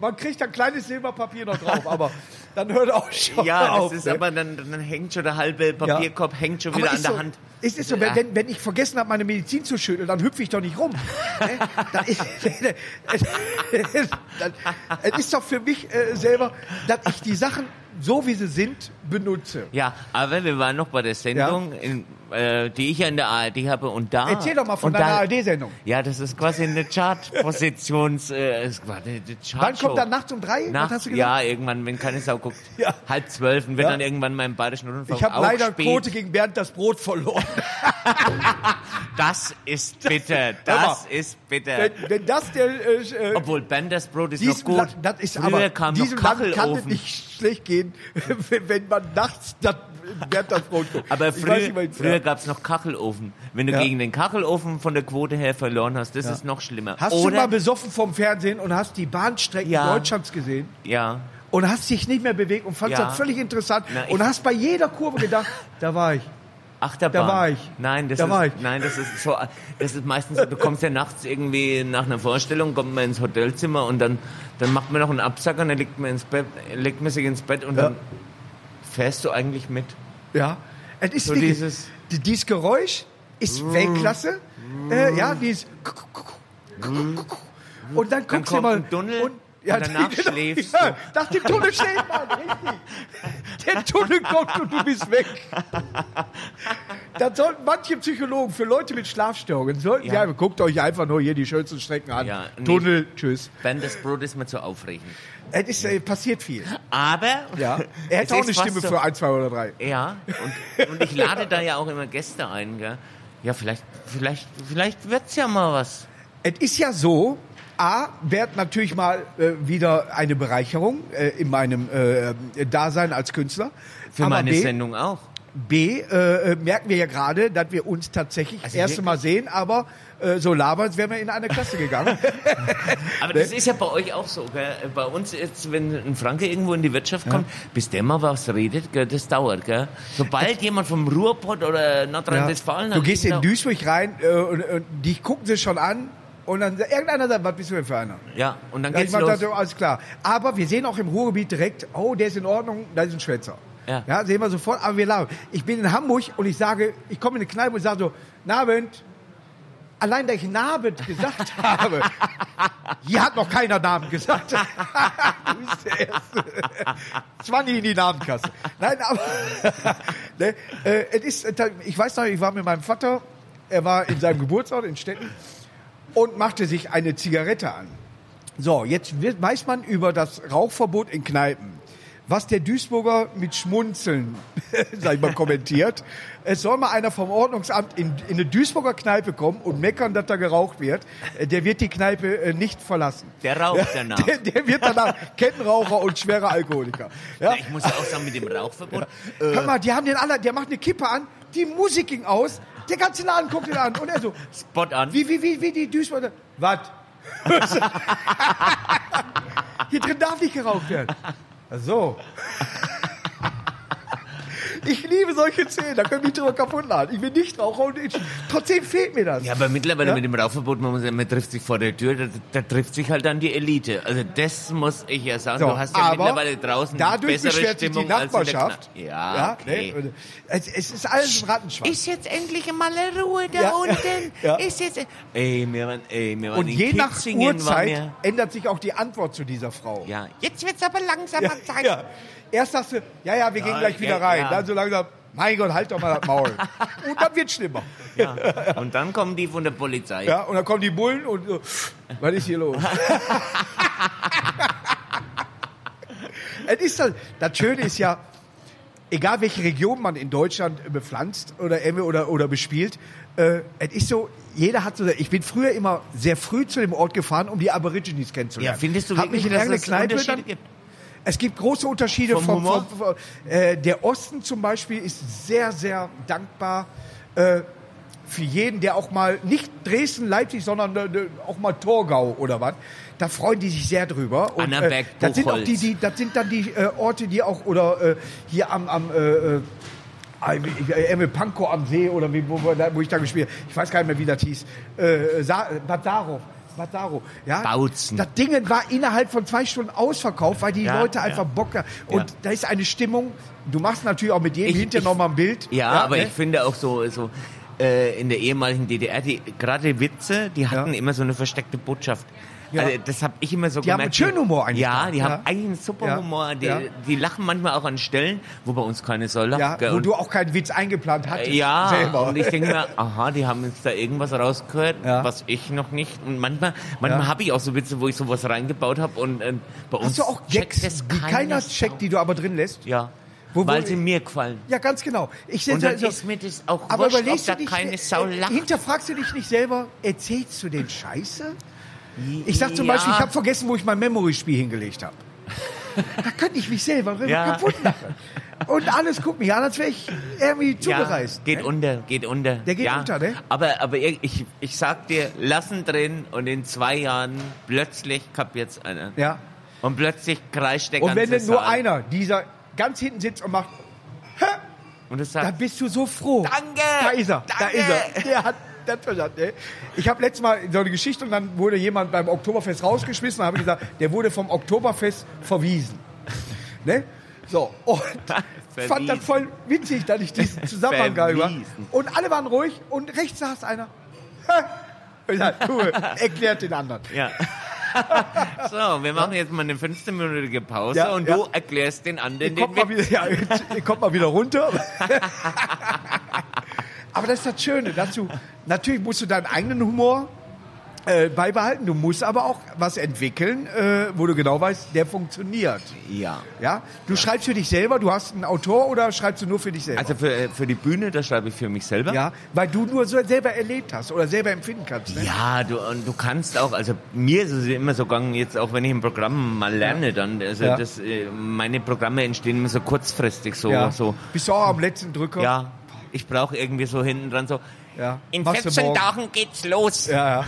Speaker 1: Man kriegt ein kleines Silberpapier noch drauf, aber dann hört auch schon
Speaker 2: Ja,
Speaker 1: auf.
Speaker 2: das ist
Speaker 1: ne?
Speaker 2: aber dann, dann hängt schon der halbe Papierkorb hängt schon
Speaker 1: Aber
Speaker 2: wieder an
Speaker 1: ist
Speaker 2: der
Speaker 1: so,
Speaker 2: Hand. Also,
Speaker 1: Ist es so, wenn, wenn, wenn ich vergessen habe, meine Medizin zu schütteln, dann hüpfe ich doch nicht rum. Ne? dann ist, dann, es ist doch für mich äh, selber, dass ich die Sachen so wie sie sind benutze.
Speaker 2: Ja, aber wir waren noch bei der Sendung, in, äh, die ich ja in der ARD habe und da.
Speaker 1: Erzähl doch mal von
Speaker 2: und
Speaker 1: deiner
Speaker 2: da-
Speaker 1: ARD-Sendung.
Speaker 2: Ja, das ist quasi eine Chartpositions. Äh, es war eine, eine Chartshow.
Speaker 1: Wann kommt dann nachts um drei?
Speaker 2: Nachts,
Speaker 1: Was hast du gesagt?
Speaker 2: ja, irgendwann, wenn keine Sau guckt.
Speaker 1: Ja.
Speaker 2: Halb zwölf und wenn
Speaker 1: Ja.
Speaker 2: dann irgendwann mal im Bayerischen Rundfunk
Speaker 1: Ich habe
Speaker 2: auch
Speaker 1: leider
Speaker 2: spät.
Speaker 1: Quote gegen Bernd das Brot verloren.
Speaker 2: Das ist bitter.
Speaker 1: Hör
Speaker 2: Das
Speaker 1: mal.
Speaker 2: ist bitter.
Speaker 1: wenn, wenn das der äh, äh,
Speaker 2: Obwohl, Bandersbrot ist noch
Speaker 1: diesem
Speaker 2: gut.
Speaker 1: Land, das ist
Speaker 2: Früher
Speaker 1: aber
Speaker 2: kam noch
Speaker 1: diesem Land kann es
Speaker 2: Kachelofen.
Speaker 1: nicht schlecht gehen, wenn, wenn man nachts das Bernd das Brot guckt.
Speaker 2: Aber
Speaker 1: Ich weiß
Speaker 2: früher,
Speaker 1: nicht, was ich-
Speaker 2: früher gab es noch Kachelofen. Wenn du
Speaker 1: Ja.
Speaker 2: gegen den Kachelofen von der Quote her verloren hast, das ist noch schlimmer.
Speaker 1: Hast
Speaker 2: Oder,
Speaker 1: du mal besoffen vom Fernsehen und hast die Bahnstrecken
Speaker 2: Ja.
Speaker 1: Deutschlands gesehen
Speaker 2: ja,
Speaker 1: und hast dich nicht mehr bewegt und fandst
Speaker 2: Ja.
Speaker 1: das völlig interessant
Speaker 2: Na, ich-
Speaker 1: und hast bei jeder Kurve gedacht, da war ich.
Speaker 2: Achterbahn.
Speaker 1: Da war ich.
Speaker 2: Nein, das
Speaker 1: Da
Speaker 2: ist,
Speaker 1: war ich.
Speaker 2: nein, das ist so, das ist meistens so, du kommst ja nachts irgendwie nach einer Vorstellung, kommt man ins Hotelzimmer und dann, dann macht man noch einen Absacker und dann legt man ins Bett, legt man sich ins Bett und
Speaker 1: Ja.
Speaker 2: dann fährst du eigentlich mit.
Speaker 1: Ja, es ist
Speaker 2: So
Speaker 1: nicht,
Speaker 2: dieses- Mm.
Speaker 1: die- dieses Geräusch ist Weltklasse. Äh, ja, dieses und dann guckst du
Speaker 2: Mm. kommt
Speaker 1: mal genau.
Speaker 2: ein Tunnel und danach schläfst
Speaker 1: Ja, nach dem Tunnel schläft man, richtig. Der Tunnel kommt und du bist weg. Dann sollten manche Psychologen für Leute mit Schlafstörungen sollten
Speaker 2: Ja.
Speaker 1: ja. guckt euch einfach nur hier die schönsten Strecken an.
Speaker 2: Ja, nee.
Speaker 1: Tunnel, tschüss.
Speaker 2: Bandersbrot ist mir zu aufregend.
Speaker 1: Es ist äh, passiert viel.
Speaker 2: Aber
Speaker 1: Ja, er
Speaker 2: es
Speaker 1: hätte auch
Speaker 2: ist
Speaker 1: eine
Speaker 2: fast
Speaker 1: Stimme
Speaker 2: so-
Speaker 1: für ein, zwei oder drei.
Speaker 2: Ja, und, und ich lade da ja auch immer Gäste ein, gell? Ja, vielleicht, vielleicht, vielleicht wird's ja mal was.
Speaker 1: Es ist ja so, A, wird natürlich mal äh, wieder eine Bereicherung äh, in meinem äh, Dasein als Künstler.
Speaker 2: Für
Speaker 1: Aber
Speaker 2: meine
Speaker 1: B,
Speaker 2: Sendung auch.
Speaker 1: B äh, äh, merken wir ja gerade, dass wir uns tatsächlich das
Speaker 2: Also
Speaker 1: erste
Speaker 2: wirklich?
Speaker 1: Mal sehen, aber äh, so labern, wären wir in eine Klasse gegangen.
Speaker 2: Aber das ist ja bei euch auch so, gell? Bei uns jetzt, wenn ein Franke irgendwo in die Wirtschaft kommt, bis der mal was redet, gell, das dauert, gell? Sobald jemand vom Ruhrpott oder Nordrhein-Westfalen...
Speaker 1: Äh, Du gehst in
Speaker 2: Düsseldorf.
Speaker 1: Duisburg rein äh, und, und die gucken sie schon an und dann irgendeiner sagt, was bist du denn für einer?
Speaker 2: Ja, und dann
Speaker 1: Ja, ich
Speaker 2: geht's
Speaker 1: mach
Speaker 2: los.
Speaker 1: das, alles klar. Aber wir sehen auch im Ruhrgebiet direkt, oh, der ist in Ordnung, da ist ein Schwätzer.
Speaker 2: Ja.
Speaker 1: Ja, sehen wir sofort, aber wir lachen. Ich bin in Hamburg und ich sage, ich komme in eine Kneipe und sage so, Nabend. Allein, dass ich Nabend gesagt habe, hier hat noch keiner Namen gesagt. du bist der Erste. Zwanni in die Namenkasse. Nein, aber ne, äh, es ist, ich weiß noch, ich war mit meinem Vater, er war in seinem Geburtsort in Stetten und machte sich eine Zigarette an. So, jetzt wird, weiß man über das Rauchverbot in Kneipen, was der Duisburger mit Schmunzeln, sag ich mal, kommentiert. Es soll mal einer vom Ordnungsamt in, in eine Duisburger Kneipe kommen und meckern, dass da geraucht wird. Äh, Der wird die Kneipe äh, nicht verlassen.
Speaker 2: Der raucht danach.
Speaker 1: Der, der wird danach Kettenraucher und schwerer Alkoholiker. Ja?
Speaker 2: Ich muss ja auch sagen, mit dem Rauchverbot.
Speaker 1: Hör mal, die haben den aller, der macht eine Kippe an, die Musik ging aus, der ganze Laden guckt ihn an und er so,
Speaker 2: Spot an.
Speaker 1: wie, wie, wie, wie die Duisburger. Was? Hier drin darf nicht geraucht werden. Ach So. Ich liebe solche Szenen, da können mich drüber kaputt laden. Ich bin nicht Raucher und ich, trotzdem fehlt mir das.
Speaker 2: Ja, aber mittlerweile
Speaker 1: Ja?
Speaker 2: mit dem Rauchverbot, man, muss, sagen, man trifft sich vor der Tür, da, da trifft sich halt dann die Elite. Also das muss ich ja sagen.
Speaker 1: So,
Speaker 2: du hast ja
Speaker 1: aber
Speaker 2: mittlerweile draußen
Speaker 1: Dadurch
Speaker 2: bessere
Speaker 1: beschwert sich
Speaker 2: Stimmung
Speaker 1: die Nachbarschaft.
Speaker 2: Als in der Kna- ja, okay.
Speaker 1: ne? es, es ist alles ein Rattenschwanz.
Speaker 2: Ist jetzt endlich mal Ruhe da
Speaker 1: Ja,
Speaker 2: unten?
Speaker 1: ja.
Speaker 2: Ist jetzt... e- Ey, mir waren, ey, mir waren
Speaker 1: und
Speaker 2: in
Speaker 1: je nach
Speaker 2: Kitzingen war
Speaker 1: Uhrzeit
Speaker 2: mir,
Speaker 1: ändert sich auch die Antwort zu dieser Frau.
Speaker 2: Ja, jetzt wird's aber langsamer Zeit.
Speaker 1: Ja. Erst sagst du, ja, ja, wir gehen
Speaker 2: Ja,
Speaker 1: gleich wieder
Speaker 2: ja,
Speaker 1: rein.
Speaker 2: äh, ja.
Speaker 1: Dann so langsam, mein Gott, halt doch mal das Maul. und dann wird schlimmer.
Speaker 2: Ja. Und dann kommen die von der Polizei.
Speaker 1: Ja, und dann kommen die Bullen und so, was ist hier los? es ist das, das Schöne ist ja, egal welche Region man in Deutschland bepflanzt oder irgendwie oder, oder bespielt, äh, es ist so, jeder hat so, ich bin früher immer sehr früh zu dem Ort gefahren, um die Aborigines kennenzulernen.
Speaker 2: Ja, findest du
Speaker 1: Hab mich in
Speaker 2: wirklich, dass
Speaker 1: irgendeine
Speaker 2: es
Speaker 1: Kneipe
Speaker 2: Unterschiede
Speaker 1: dann,
Speaker 2: gibt?
Speaker 1: Es gibt große Unterschiede.
Speaker 2: Vom
Speaker 1: Vom
Speaker 2: Humor?
Speaker 1: vom, vom, äh, der Osten zum Beispiel ist sehr, sehr dankbar äh, für jeden, der auch mal nicht Dresden, Leipzig, sondern äh, äh, auch mal Torgau oder was. Da freuen die sich sehr drüber. Und, äh,
Speaker 2: Annaberg,
Speaker 1: das sind auch
Speaker 2: Buchholz.
Speaker 1: die, die, das sind dann die äh, Orte, die auch oder äh, hier am, am äh, äh, Emil Pankow am See oder wie, wo, wir da- wo ich da gespielt habe. Ich weiß gar nicht mehr, wie das hieß. Äh, Sa Bad Darow. Bad Darow. Ja?
Speaker 2: Bautzen.
Speaker 1: Das Ding war innerhalb von zwei Stunden ausverkauft, weil die
Speaker 2: Ja,
Speaker 1: Leute
Speaker 2: ja.
Speaker 1: einfach Bock haben. Und
Speaker 2: Ja.
Speaker 1: da ist eine Stimmung. Du machst natürlich auch mit jedem
Speaker 2: Ich-
Speaker 1: hinterher
Speaker 2: ich-
Speaker 1: nochmal ein Bild.
Speaker 2: Ja, aber
Speaker 1: ne?
Speaker 2: ich finde auch so, so äh, in der ehemaligen DDR, die gerade die Witze, die hatten
Speaker 1: Ja.
Speaker 2: immer so eine versteckte Botschaft.
Speaker 1: Ja.
Speaker 2: Also das habe ich immer so
Speaker 1: haben
Speaker 2: gemerkt.
Speaker 1: einen schönen Humor eigentlich
Speaker 2: Ja,
Speaker 1: da.
Speaker 2: die
Speaker 1: Ja.
Speaker 2: haben eigentlich einen super
Speaker 1: Ja.
Speaker 2: Humor. Die,
Speaker 1: Ja.
Speaker 2: die lachen manchmal auch an Stellen, wo bei uns keine soll lachen.
Speaker 1: ja,
Speaker 2: gell?
Speaker 1: wo
Speaker 2: Und-
Speaker 1: du auch keinen Witz eingeplant hattest.
Speaker 2: Äh, ja,
Speaker 1: selber.
Speaker 2: und ich denke mir, aha, die haben jetzt da irgendwas rausgehört,
Speaker 1: Ja.
Speaker 2: was ich noch nicht. Und manchmal, manchmal
Speaker 1: Ja.
Speaker 2: habe ich auch so Witze, wo ich sowas reingebaut habe und äh, bei uns
Speaker 1: Hast du auch
Speaker 2: checkt
Speaker 1: Gags,
Speaker 2: das
Speaker 1: die keiner
Speaker 2: Sau.
Speaker 1: checkt, die du aber drin lässt?
Speaker 2: Ja,
Speaker 1: Wo- wo-
Speaker 2: weil sie mir gefallen.
Speaker 1: Ja, ganz genau. Ich
Speaker 2: Und dann
Speaker 1: sitze so-
Speaker 2: ist mir das auch
Speaker 1: aber
Speaker 2: wurscht, ob
Speaker 1: überlegst
Speaker 2: da
Speaker 1: du dich,
Speaker 2: keine
Speaker 1: äh,
Speaker 2: Sau lacht.
Speaker 1: hinterfragst du dich nicht selber, erzählst du den Scheiße? Ich sag zum Beispiel, ich habe vergessen, wo ich mein Memory-Spiel hingelegt habe. Da könnte ich mich selber
Speaker 2: Ja.
Speaker 1: kaputt lachen. Und alles guckt mich an, als wäre ich irgendwie zugereist.
Speaker 2: Ja, geht unter, geht unter.
Speaker 1: ne? Der geht
Speaker 2: ja.
Speaker 1: unter, ne?
Speaker 2: Aber, aber ich, ich- ich sag dir, lassen drin und in zwei Jahren plötzlich kapiert's einer.
Speaker 1: Ja.
Speaker 2: Und plötzlich kreischt der
Speaker 1: Und
Speaker 2: ganze
Speaker 1: wenn dann nur
Speaker 2: Saal.
Speaker 1: einer, dieser ganz hinten sitzt und macht,
Speaker 2: Und
Speaker 1: dann
Speaker 2: du sagst,
Speaker 1: bist du so froh.
Speaker 2: danke!
Speaker 1: Da ist er, da
Speaker 2: danke.
Speaker 1: ist er. Der hat das verstanden. ey. Ich habe letztes Mal so eine Geschichte und dann wurde jemand beim Oktoberfest rausgeschmissen und habe gesagt, der wurde vom Oktoberfest verwiesen. Ne? So, und fand das
Speaker 2: Verwiesen.
Speaker 1: voll witzig, dass ich diesen Zusammenhang geil war.
Speaker 2: Verwiesen.
Speaker 1: Und alle waren ruhig und rechts saß einer. Und ich sag, cool, erklärt den anderen.
Speaker 2: Ja. so, wir machen jetzt mal eine 15-minütige Pause
Speaker 1: Ja,
Speaker 2: und
Speaker 1: ja.
Speaker 2: du erklärst den anderen
Speaker 1: Ihr kommt,
Speaker 2: den
Speaker 1: mal
Speaker 2: Witz.
Speaker 1: wieder, ja, ihr kommt mal wieder runter. Aber das ist das Schöne. Dazu, natürlich musst du deinen eigenen Humor äh, beibehalten. Du musst aber auch was entwickeln, äh, wo du genau weißt, der funktioniert.
Speaker 2: Ja.
Speaker 1: Ja? Du schreibst für dich selber, du hast einen Autor oder schreibst du nur für dich selber?
Speaker 2: Also ne? für, für die Bühne, das schreibe ich für mich selber.
Speaker 1: ja, weil du nur so selber erlebt hast oder selber empfinden kannst. Ne?
Speaker 2: Ja, du, und du kannst auch, also mir ist es immer so gegangen, jetzt auch wenn ich im Programm mal lerne, dann, also
Speaker 1: Ja.
Speaker 2: das, äh, meine Programme entstehen immer so kurzfristig, so,
Speaker 1: Ja.
Speaker 2: so,
Speaker 1: Bist du auch am letzten Drücker?
Speaker 2: ja, ich brauche irgendwie so hinten dran so,
Speaker 1: Ja.
Speaker 2: in
Speaker 1: Machst du
Speaker 2: 14
Speaker 1: morgen.
Speaker 2: Tagen geht's los.
Speaker 1: ja, ja.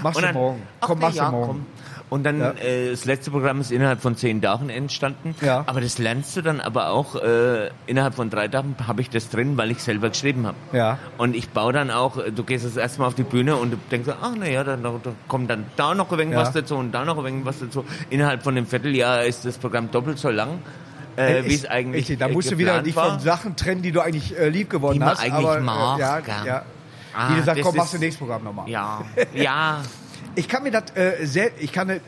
Speaker 1: Machst
Speaker 2: Und
Speaker 1: du
Speaker 2: dann,
Speaker 1: morgen.
Speaker 2: ach,
Speaker 1: Komm,
Speaker 2: na
Speaker 1: machst
Speaker 2: ja,
Speaker 1: du morgen.
Speaker 2: komm. Und dann,
Speaker 1: Ja.
Speaker 2: äh, das letzte Programm ist innerhalb von zehn Tagen entstanden.
Speaker 1: Ja.
Speaker 2: Aber das lernst du dann aber auch, äh, innerhalb von drei Tagen habe ich das drin, weil ich selber geschrieben habe.
Speaker 1: Ja.
Speaker 2: Und ich baue dann auch, äh, du gehst das erste Mal auf die Bühne und du denkst, so, ach naja, dann, dann kommt dann da noch irgendwas
Speaker 1: Ja.
Speaker 2: dazu und da noch irgendwas dazu. Innerhalb von einem Vierteljahr ist das Programm doppelt so lang. äh,
Speaker 1: Ich-
Speaker 2: wie es eigentlich
Speaker 1: Richtig, da
Speaker 2: äh,
Speaker 1: musst du wieder
Speaker 2: geplant
Speaker 1: dich
Speaker 2: war.
Speaker 1: von Sachen trennen, die du eigentlich äh, lieb geworden
Speaker 2: Die man
Speaker 1: hast.
Speaker 2: eigentlich
Speaker 1: aber,
Speaker 2: mag,
Speaker 1: äh, ja,
Speaker 2: gell.
Speaker 1: ja.
Speaker 2: Ah,
Speaker 1: Wie gesagt,
Speaker 2: das
Speaker 1: komm, machst
Speaker 2: ist-
Speaker 1: du nächstes Programm nochmal.
Speaker 2: Ja, ja.
Speaker 1: Ich kann mir das äh, sehr, ich kann das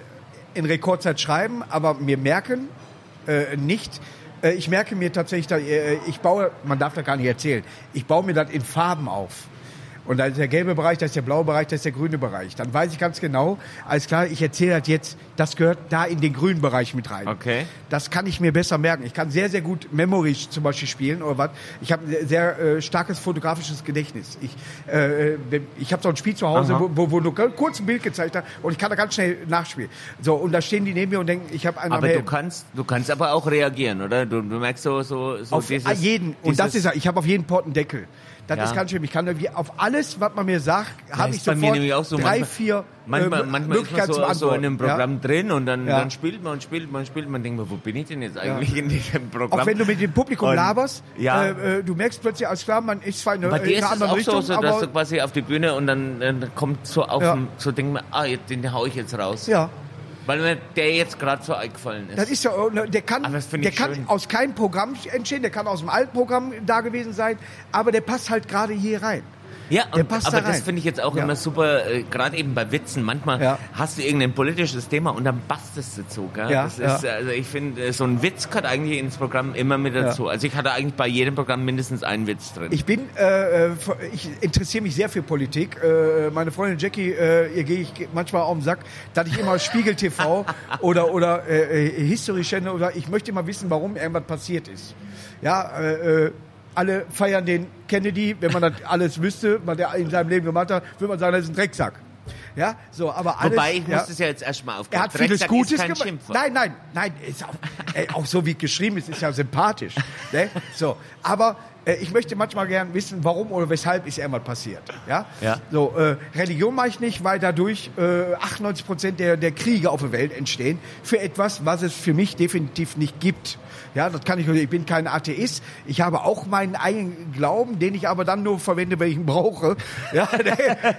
Speaker 1: in Rekordzeit schreiben, aber mir merken äh, nicht. Äh, ich merke mir tatsächlich, da, äh, ich baue, man darf das gar nicht erzählen, ich baue mir das in Farben auf. Und da ist der gelbe Bereich, da ist der blaue Bereich, da ist der grüne Bereich. Dann weiß ich ganz genau, alles klar, ich erzähle das jetzt, das gehört da in den grünen Bereich mit rein.
Speaker 2: Okay.
Speaker 1: Das kann ich mir besser merken. Ich kann sehr, sehr gut Memory zum Beispiel spielen oder was. Ich habe ein sehr, sehr äh, starkes fotografisches Gedächtnis. Ich, äh, wenn- ich habe so ein Spiel zu Hause,
Speaker 2: Aha.
Speaker 1: wo, wo, wo nur ganz kurz ein Bild gezeigt hat und ich kann da ganz schnell nachspielen. So, und da stehen die neben mir und denken, ich habe einen am
Speaker 2: Aber du
Speaker 1: Helm.
Speaker 2: kannst, du kannst aber auch reagieren, oder? Du, du merkst so, so, so
Speaker 1: auf ah,
Speaker 2: dieses,
Speaker 1: jeden. Und das ist ja, ich habe auf jeden Port einen Deckel. Das
Speaker 2: Ja.
Speaker 1: ist ganz schön. Ich kann irgendwie auf alles, was man mir sagt, habe
Speaker 2: ist
Speaker 1: ich
Speaker 2: bei
Speaker 1: sofort
Speaker 2: mir nämlich auch so.
Speaker 1: drei,
Speaker 2: Manchmal-
Speaker 1: vier
Speaker 2: Manchmal,
Speaker 1: äh,
Speaker 2: manchmal ist man
Speaker 1: Möglichkeiten zum
Speaker 2: so, so in
Speaker 1: Antworten.
Speaker 2: einem Programm drin und dann,
Speaker 1: Ja.
Speaker 2: dann spielt man und spielt man und spielt man. Denkt man, wo bin ich denn jetzt eigentlich in diesem Programm?
Speaker 1: Auch wenn du mit dem Publikum
Speaker 2: Und-
Speaker 1: laberst,
Speaker 2: Ja.
Speaker 1: äh, äh, du merkst plötzlich, alles klar, man ist zwar in
Speaker 2: Bei
Speaker 1: einer
Speaker 2: dir
Speaker 1: in einer
Speaker 2: ist es auch
Speaker 1: anderen Richtung,
Speaker 2: so, so, dass
Speaker 1: aber
Speaker 2: du quasi auf die Bühne und dann, dann kommt so auf,
Speaker 1: Ja.
Speaker 2: den- so denkt man, ah, jetzt, den hau ich jetzt raus.
Speaker 1: ja,
Speaker 2: Weil mir der jetzt gerade so eingefallen ist.
Speaker 1: das ist ja, ne, der kann,
Speaker 2: Aber Ah, das finde
Speaker 1: der
Speaker 2: ich
Speaker 1: kann
Speaker 2: schön.
Speaker 1: aus keinem Programm entstehen, der kann aus dem alten Programm da gewesen sein, aber der passt halt gerade hier rein.
Speaker 2: Ja,
Speaker 1: Der
Speaker 2: und,
Speaker 1: passt da
Speaker 2: aber das
Speaker 1: rein.
Speaker 2: finde ich jetzt auch
Speaker 1: Ja.
Speaker 2: immer super, äh, gerade eben bei Witzen. Manchmal
Speaker 1: Ja.
Speaker 2: hast du irgendein politisches Thema und dann bastest du zu. Gell?
Speaker 1: Ja,
Speaker 2: das
Speaker 1: ja.
Speaker 2: ist, also ich finde, äh, so ein Witz gehört eigentlich ins Programm immer mit dazu. Also ich hatte eigentlich bei jedem Programm mindestens einen Witz drin.
Speaker 1: Ich bin, äh, äh, ich interessiere mich sehr für Politik. Äh, meine Freundin Jackie, äh, ihr gehe ich manchmal auf den Sack, dass ich immer Spiegel TV oder oder äh, äh, History Channel oder ich möchte mal wissen, warum irgendwas passiert ist. Ja, äh, äh, alle feiern den Kennedy. Wenn man das alles wüsste, was er in seinem Leben gemacht hat, würde man sagen, das ist ein Drecksack. Ja, so, aber alles.
Speaker 2: Wobei, ich muss
Speaker 1: ja.
Speaker 2: es ja jetzt erstmal aufklären.
Speaker 1: Er hat vieles
Speaker 2: Drecksack
Speaker 1: Gutes
Speaker 2: ist kein
Speaker 1: gemacht.
Speaker 2: Schimpfwort.
Speaker 1: Nein, nein, nein. Ist auch, ey, auch so wie geschrieben ist, ist ja sympathisch. Ne? So, aber äh, ich möchte manchmal gern wissen, warum oder weshalb ist irgendwas passiert. Ja.
Speaker 2: Ja.
Speaker 1: So äh, Religion mache ich nicht, weil dadurch äh, 98 Prozent der, der Kriege auf der Welt entstehen für etwas, was es für mich definitiv nicht gibt. Ja, das kann ich. Ich bin kein Atheist. Ich habe auch meinen eigenen Glauben, den ich aber dann nur verwende, wenn ich ihn brauche. Ja, ne?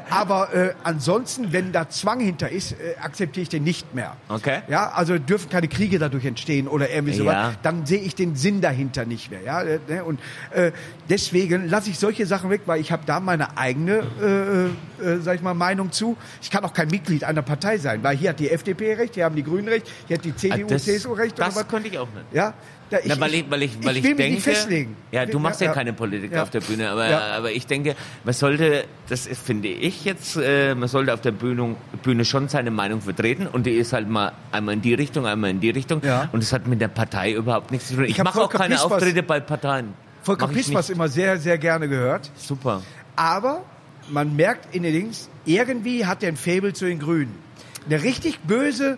Speaker 1: aber äh, ansonsten, wenn da Zwang hinter ist, äh, akzeptiere ich den nicht mehr.
Speaker 2: Okay.
Speaker 1: Ja, also dürfen keine Kriege dadurch entstehen oder irgendwie sowas.
Speaker 2: Ja.
Speaker 1: Dann sehe ich den Sinn dahinter nicht mehr. Ja, äh, ne? und äh, deswegen lasse ich solche Sachen weg, weil ich habe da meine eigene, äh, äh, sag ich mal, Meinung zu. Ich kann auch kein Mitglied einer Partei sein, weil hier hat die FDP recht, hier haben die Grünen recht, hier hat die CDU,
Speaker 2: Ah, das,
Speaker 1: CSU recht
Speaker 2: Das
Speaker 1: oder was.
Speaker 2: könnte ich auch nicht.
Speaker 1: Ja, da,
Speaker 2: Na, weil ich, weil ich, weil ich,
Speaker 1: will mich
Speaker 2: denke,
Speaker 1: nicht festlegen.
Speaker 2: ja, du machst ja, keine Politik
Speaker 1: Ja.
Speaker 2: auf der Bühne, aber,
Speaker 1: Ja.
Speaker 2: aber ich denke, man sollte, das ist- finde ich jetzt, äh, man sollte auf der Bühne, Bühne schon seine Meinung vertreten und die ist halt mal einmal in die Richtung, einmal in die Richtung
Speaker 1: Ja.
Speaker 2: und das hat mit der Partei überhaupt nichts zu tun. Ich,
Speaker 1: hab
Speaker 2: mache auch
Speaker 1: Volker
Speaker 2: keine
Speaker 1: Pispers-
Speaker 2: Auftritte bei Parteien.
Speaker 1: Volker
Speaker 2: Mach ich
Speaker 1: Pispers
Speaker 2: nicht.
Speaker 1: immer sehr, sehr gerne gehört.
Speaker 2: Super.
Speaker 1: Aber man merkt in den Links, irgendwie hat er ein Faible zu den Grünen. Eine richtig böse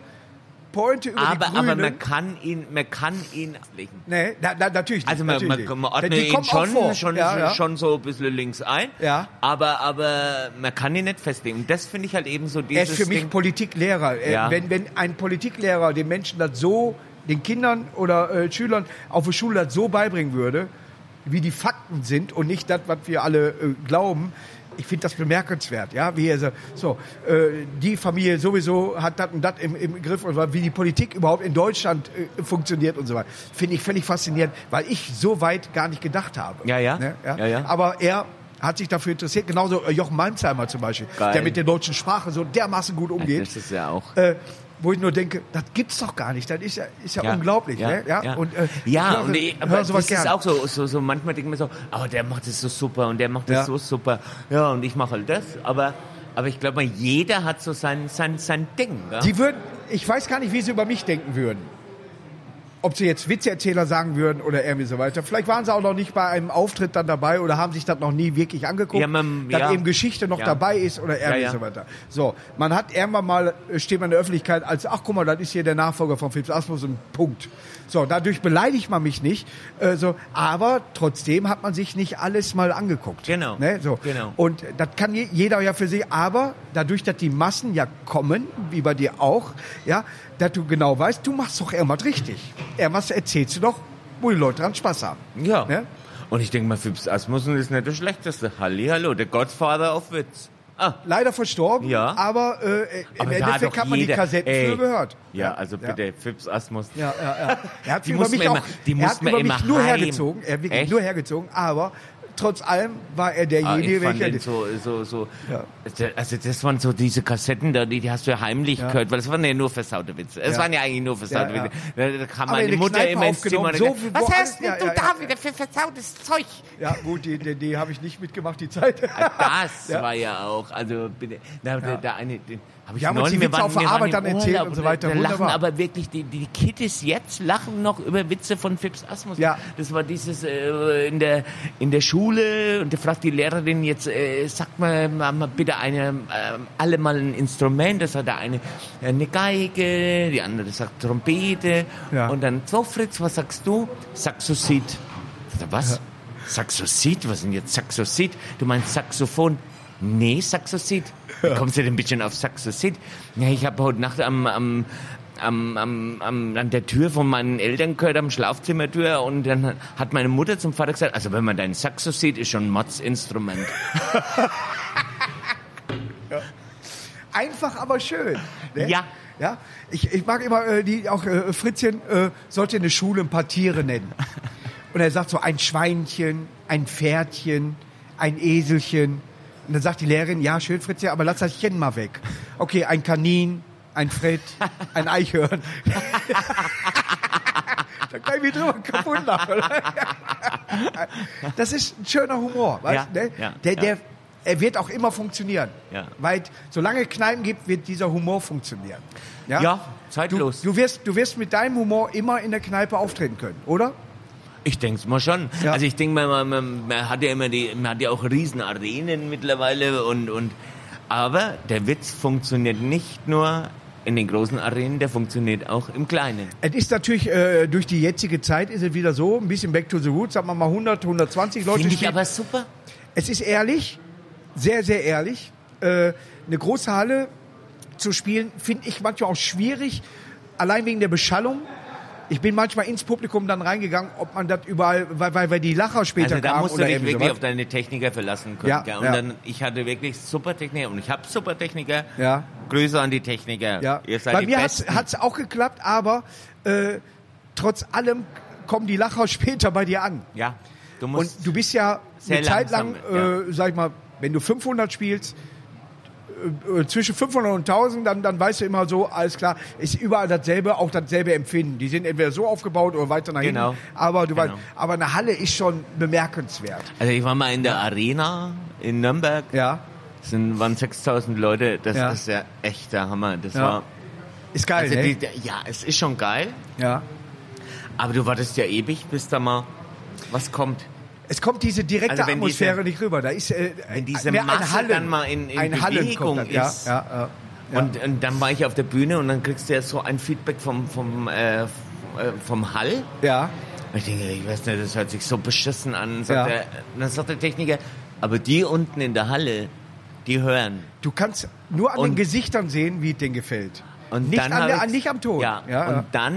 Speaker 1: Pointe über
Speaker 2: Aber,
Speaker 1: die Grünen.
Speaker 2: aber man kann ihn, man kann ihn ablegen.
Speaker 1: Nee, na, na, natürlich nicht.
Speaker 2: Also man, man,
Speaker 1: natürlich
Speaker 2: man
Speaker 1: nicht.
Speaker 2: ordnet
Speaker 1: Die
Speaker 2: ihn
Speaker 1: kommen auch vor.
Speaker 2: schon, schon,
Speaker 1: ja, ja.
Speaker 2: schon so ein bisschen links ein,
Speaker 1: Ja.
Speaker 2: aber, aber man kann ihn nicht festlegen. Und das finde ich halt eben so
Speaker 1: Er
Speaker 2: dieses
Speaker 1: ist für mich
Speaker 2: Ding.
Speaker 1: Politiklehrer. Äh,
Speaker 2: Ja.
Speaker 1: Wenn, wenn ein Politiklehrer den Menschen das so, den Kindern oder äh, Schülern auf der Schule das so beibringen würde, wie die Fakten sind und nicht das, was wir alle äh, glauben, ich finde das bemerkenswert, ja, wie er so, so äh, die Familie sowieso hat das und das im, im Griff und so, wie die Politik überhaupt in Deutschland äh, funktioniert und so weiter, finde ich völlig faszinierend, weil ich so weit gar nicht gedacht habe.
Speaker 2: Ja, ja.
Speaker 1: Ne?
Speaker 2: Ja, ja.
Speaker 1: Aber er hat sich dafür interessiert, genauso äh, Jochen Malmsheimer zum Beispiel,
Speaker 2: Geil.
Speaker 1: der mit der deutschen Sprache so dermaßen gut umgeht,
Speaker 2: Das ist ja auch.
Speaker 1: äh, wo ich nur denke, das gibt's doch gar nicht, das ist ja, ist ja, unglaublich.
Speaker 2: Ja,
Speaker 1: ne?
Speaker 2: ja,
Speaker 1: und, äh,
Speaker 2: ja,
Speaker 1: ich höre-
Speaker 2: und ich, aber
Speaker 1: höre
Speaker 2: das
Speaker 1: sowas
Speaker 2: ist
Speaker 1: gern.
Speaker 2: auch so, so, so manchmal denke ich mir so, aber der macht das so super und der macht das
Speaker 1: Ja.
Speaker 2: so super. Ja, und ich mache halt das, aber, aber ich glaube mal, jeder hat so sein, sein, sein Ding. Gell?
Speaker 1: Die würden, ich weiß gar nicht, wie sie über mich denken würden. Ob sie jetzt Witzeerzähler sagen würden oder irgendwie so weiter. Vielleicht waren sie auch noch nicht bei einem Auftritt dann dabei oder haben sich das noch nie wirklich angeguckt,
Speaker 2: Ja, man-
Speaker 1: dass
Speaker 2: ja.
Speaker 1: eben Geschichte noch
Speaker 2: Ja.
Speaker 1: dabei ist oder irgendwie
Speaker 2: Ja, ja.
Speaker 1: so weiter. So, man hat irgendwann mal, äh, steht man in der Öffentlichkeit als, ach guck mal, das ist hier der Nachfolger von Philips Asmussen, Punkt. So, dadurch beleidigt man mich nicht, äh, so, aber trotzdem hat man sich nicht alles mal angeguckt.
Speaker 2: Genau.
Speaker 1: Ne, so.
Speaker 2: Genau.
Speaker 1: Und das kann je- jeder ja für sich, aber dadurch, dass die Massen ja kommen, wie bei dir auch, ja, dass du genau weißt, du machst doch irgendwas richtig. Irgendwas erzählst du doch, wo die Leute dran Spaß haben.
Speaker 2: ja.
Speaker 1: Ne?
Speaker 2: Und ich denke mal, Fips Asmussen ist nicht das Schlechteste. Hallihallo, der Godfather auf Witz. Ah.
Speaker 1: Leider verstorben,
Speaker 2: Ja.
Speaker 1: aber, äh, im
Speaker 2: Aber da hat
Speaker 1: Endeffekt
Speaker 2: doch
Speaker 1: hat man die
Speaker 2: jeder-
Speaker 1: Kassetten
Speaker 2: Ey.
Speaker 1: früher gehört.
Speaker 2: Ja, also bitte, Fips Asmus.
Speaker 1: Ja, ja, ja. Er hat
Speaker 2: Die
Speaker 1: die über
Speaker 2: mussten
Speaker 1: mich
Speaker 2: wir
Speaker 1: auch,
Speaker 2: immer- die
Speaker 1: er hat
Speaker 2: mussten wir
Speaker 1: über mich
Speaker 2: immer
Speaker 1: nur
Speaker 2: heim.
Speaker 1: hergezogen, er hat wirklich
Speaker 2: Echt?
Speaker 1: nur hergezogen, aber trotz allem war er
Speaker 2: Ah,
Speaker 1: derjenige,
Speaker 2: ich fand
Speaker 1: welcher
Speaker 2: den so, so, so.
Speaker 1: Ja.
Speaker 2: Also das waren so diese Kassetten da, die, die hast du ja heimlich
Speaker 1: Ja.
Speaker 2: gehört, weil es waren ja nur versaute Witze. Es
Speaker 1: Ja.
Speaker 2: waren ja eigentlich nur versaute
Speaker 1: Ja, ja.
Speaker 2: Witze. Da, da kam
Speaker 1: Aber in
Speaker 2: meine
Speaker 1: der
Speaker 2: Mutter
Speaker 1: Kneipe
Speaker 2: immer ins Zimmer und
Speaker 1: aufgenommen,
Speaker 2: hat
Speaker 1: so wie wo
Speaker 2: gesagt, was
Speaker 1: alles-
Speaker 2: hörst denn
Speaker 1: ja,
Speaker 2: du
Speaker 1: ja,
Speaker 2: da
Speaker 1: ja, ja.
Speaker 2: wieder für versautes Zeug?
Speaker 1: Ja, gut, die, die, die habe ich nicht mitgemacht, die Zeit.
Speaker 2: Das
Speaker 1: Ja.
Speaker 2: war ja auch, also bitte, da, da, da eine, den habe ich
Speaker 1: Die haben uns
Speaker 2: neulich,
Speaker 1: die
Speaker 2: wir
Speaker 1: Witze
Speaker 2: waren,
Speaker 1: auf der
Speaker 2: wir waren
Speaker 1: Arbeit
Speaker 2: im
Speaker 1: dann erzählt
Speaker 2: Urlaub
Speaker 1: und so
Speaker 2: da-
Speaker 1: weiter.
Speaker 2: Da lachen
Speaker 1: Wunderbar.
Speaker 2: aber wirklich, die, die Kitties jetzt lachen noch über Witze von Fips Asmus.
Speaker 1: Ja.
Speaker 2: Das war dieses äh, in, der, in der Schule und da fragt die Lehrerin jetzt, äh, sag mal, mal mal bitte eine, äh, alle mal ein Instrument. Das hat der eine äh, eine Geige, die andere sagt Trompete.
Speaker 1: Ja.
Speaker 2: Und dann, so Fritz, was sagst du? Saxosid. Sagt er, Was? Saxosid? Was ist denn jetzt Saxosid? Du meinst Saxophon? Nee, Saxosid. Wie kommst du denn ein bisschen auf Saxosid? Ja, ich habe heute Nacht am, am, am, am, am, an der Tür von meinen Eltern gehört, am Schlafzimmertür, und dann hat meine Mutter zum Vater gesagt, also wenn man deinen Saxo sieht, ist schon ein Motzinstrument.
Speaker 1: Einfach, aber schön. Ne?
Speaker 2: Ja.
Speaker 1: Ja, ich, ich mag immer äh, die auch äh, Fritzchen äh, sollte eine Schule ein paar Tiere nennen. Und er sagt so ein Schweinchen, ein Pferdchen, ein Eselchen. Und dann sagt die Lehrerin, ja, schön Fritzchen, aber lass das Chen mal weg. Okay, ein Kanin, ein Fred, ein Eichhörn. da kann ich mich drüber kaputt lachen. das ist ein schöner Humor, weißt du?
Speaker 2: Ja,
Speaker 1: Ne?
Speaker 2: ja,
Speaker 1: der,
Speaker 2: ja.
Speaker 1: der, er wird auch immer funktionieren.
Speaker 2: Ja.
Speaker 1: Weil solange es Kneipen gibt, wird dieser Humor funktionieren. Ja,
Speaker 2: Ja, zeitlos.
Speaker 1: Du, du, wirst, du wirst mit deinem Humor immer in der Kneipe auftreten können, oder?
Speaker 2: Ich denke es mal schon.
Speaker 1: Ja.
Speaker 2: Also ich denke mal, man, man, man hat ja immer die, man hat ja auch riesen Arenen mittlerweile und, und aber der Witz funktioniert nicht nur in den großen Arenen, der funktioniert auch im Kleinen.
Speaker 1: Es ist natürlich, äh, durch die jetzige Zeit ist es wieder so, ein bisschen back to the roots, sagen wir mal 100, 120 Leute.
Speaker 2: Finde ich
Speaker 1: stehen.
Speaker 2: aber super.
Speaker 1: es ist ehrlich, sehr, sehr ehrlich. Äh, eine große Halle zu spielen, finde ich manchmal auch schwierig, allein wegen der Beschallung. Ich bin manchmal ins Publikum dann reingegangen, ob man das überall, weil, weil, weil die Lacher später
Speaker 2: Also da
Speaker 1: kamen
Speaker 2: musst du
Speaker 1: oder
Speaker 2: dich
Speaker 1: irgendwie
Speaker 2: wirklich
Speaker 1: sowas.
Speaker 2: auf deine Techniker verlassen können.
Speaker 1: Ja,
Speaker 2: gell? und
Speaker 1: ja.
Speaker 2: dann, ich hatte wirklich super Techniker und ich habe super Techniker.
Speaker 1: Ja.
Speaker 2: Grüße an die Techniker.
Speaker 1: Ja.
Speaker 2: Ihr seid
Speaker 1: Bei
Speaker 2: die
Speaker 1: mir hat
Speaker 2: Besten.
Speaker 1: es auch geklappt, aber äh, trotz allem kommen die Lacher später bei dir an.
Speaker 2: ja. Du musst
Speaker 1: Und du bist ja
Speaker 2: Sehr
Speaker 1: eine Zeit lang,
Speaker 2: langsam, ja.
Speaker 1: äh, sag ich mal, wenn du 500 spielst, äh, äh, zwischen 500 und 1000, dann, dann weißt du immer so, alles klar, ist überall dasselbe, auch dasselbe Empfinden. Die sind entweder so aufgebaut oder weiter nach hinten.
Speaker 2: Genau.
Speaker 1: Aber, du weißt,
Speaker 2: Genau.
Speaker 1: aber eine Halle ist schon bemerkenswert.
Speaker 2: also ich war mal in der Arena in Nürnberg.
Speaker 1: Ja,
Speaker 2: Es sind, waren 6000 Leute. Das
Speaker 1: Ja.
Speaker 2: ist ja echt der Hammer. Das
Speaker 1: Ja.
Speaker 2: war
Speaker 1: ist geil,
Speaker 2: Also
Speaker 1: ne?
Speaker 2: die, der- ja, es ist schon geil,
Speaker 1: ja.
Speaker 2: aber du wartest ja ewig, bis da mal was kommt.
Speaker 1: Es kommt diese direkte
Speaker 2: Also wenn
Speaker 1: Atmosphäre nicht rüber. Da ist äh,
Speaker 2: Wenn diese
Speaker 1: mehr ein
Speaker 2: Masse
Speaker 1: Hallen-
Speaker 2: dann mal in- in
Speaker 1: ein Hallen
Speaker 2: Bewegung
Speaker 1: kommt dann.
Speaker 2: ist.
Speaker 1: Ja, ja, ja, ja.
Speaker 2: Und, und dann war ich auf der Bühne und dann kriegst du ja so ein Feedback vom, vom, äh, f- äh, vom Hall.
Speaker 1: ja.
Speaker 2: Und ich denke, ich weiß nicht, das hört sich so beschissen an. Sagt
Speaker 1: Ja.
Speaker 2: der, dann sagt der Techniker, aber die unten in der Halle, die hören.
Speaker 1: Du kannst nur an den
Speaker 2: Und-
Speaker 1: Gesichtern sehen, wie es denen gefällt.
Speaker 2: Und
Speaker 1: nicht,
Speaker 2: dann
Speaker 1: an
Speaker 2: hab
Speaker 1: der,
Speaker 2: ich-
Speaker 1: an, nicht am Ton.
Speaker 2: Ja,
Speaker 1: ja,
Speaker 2: und
Speaker 1: ja.
Speaker 2: dann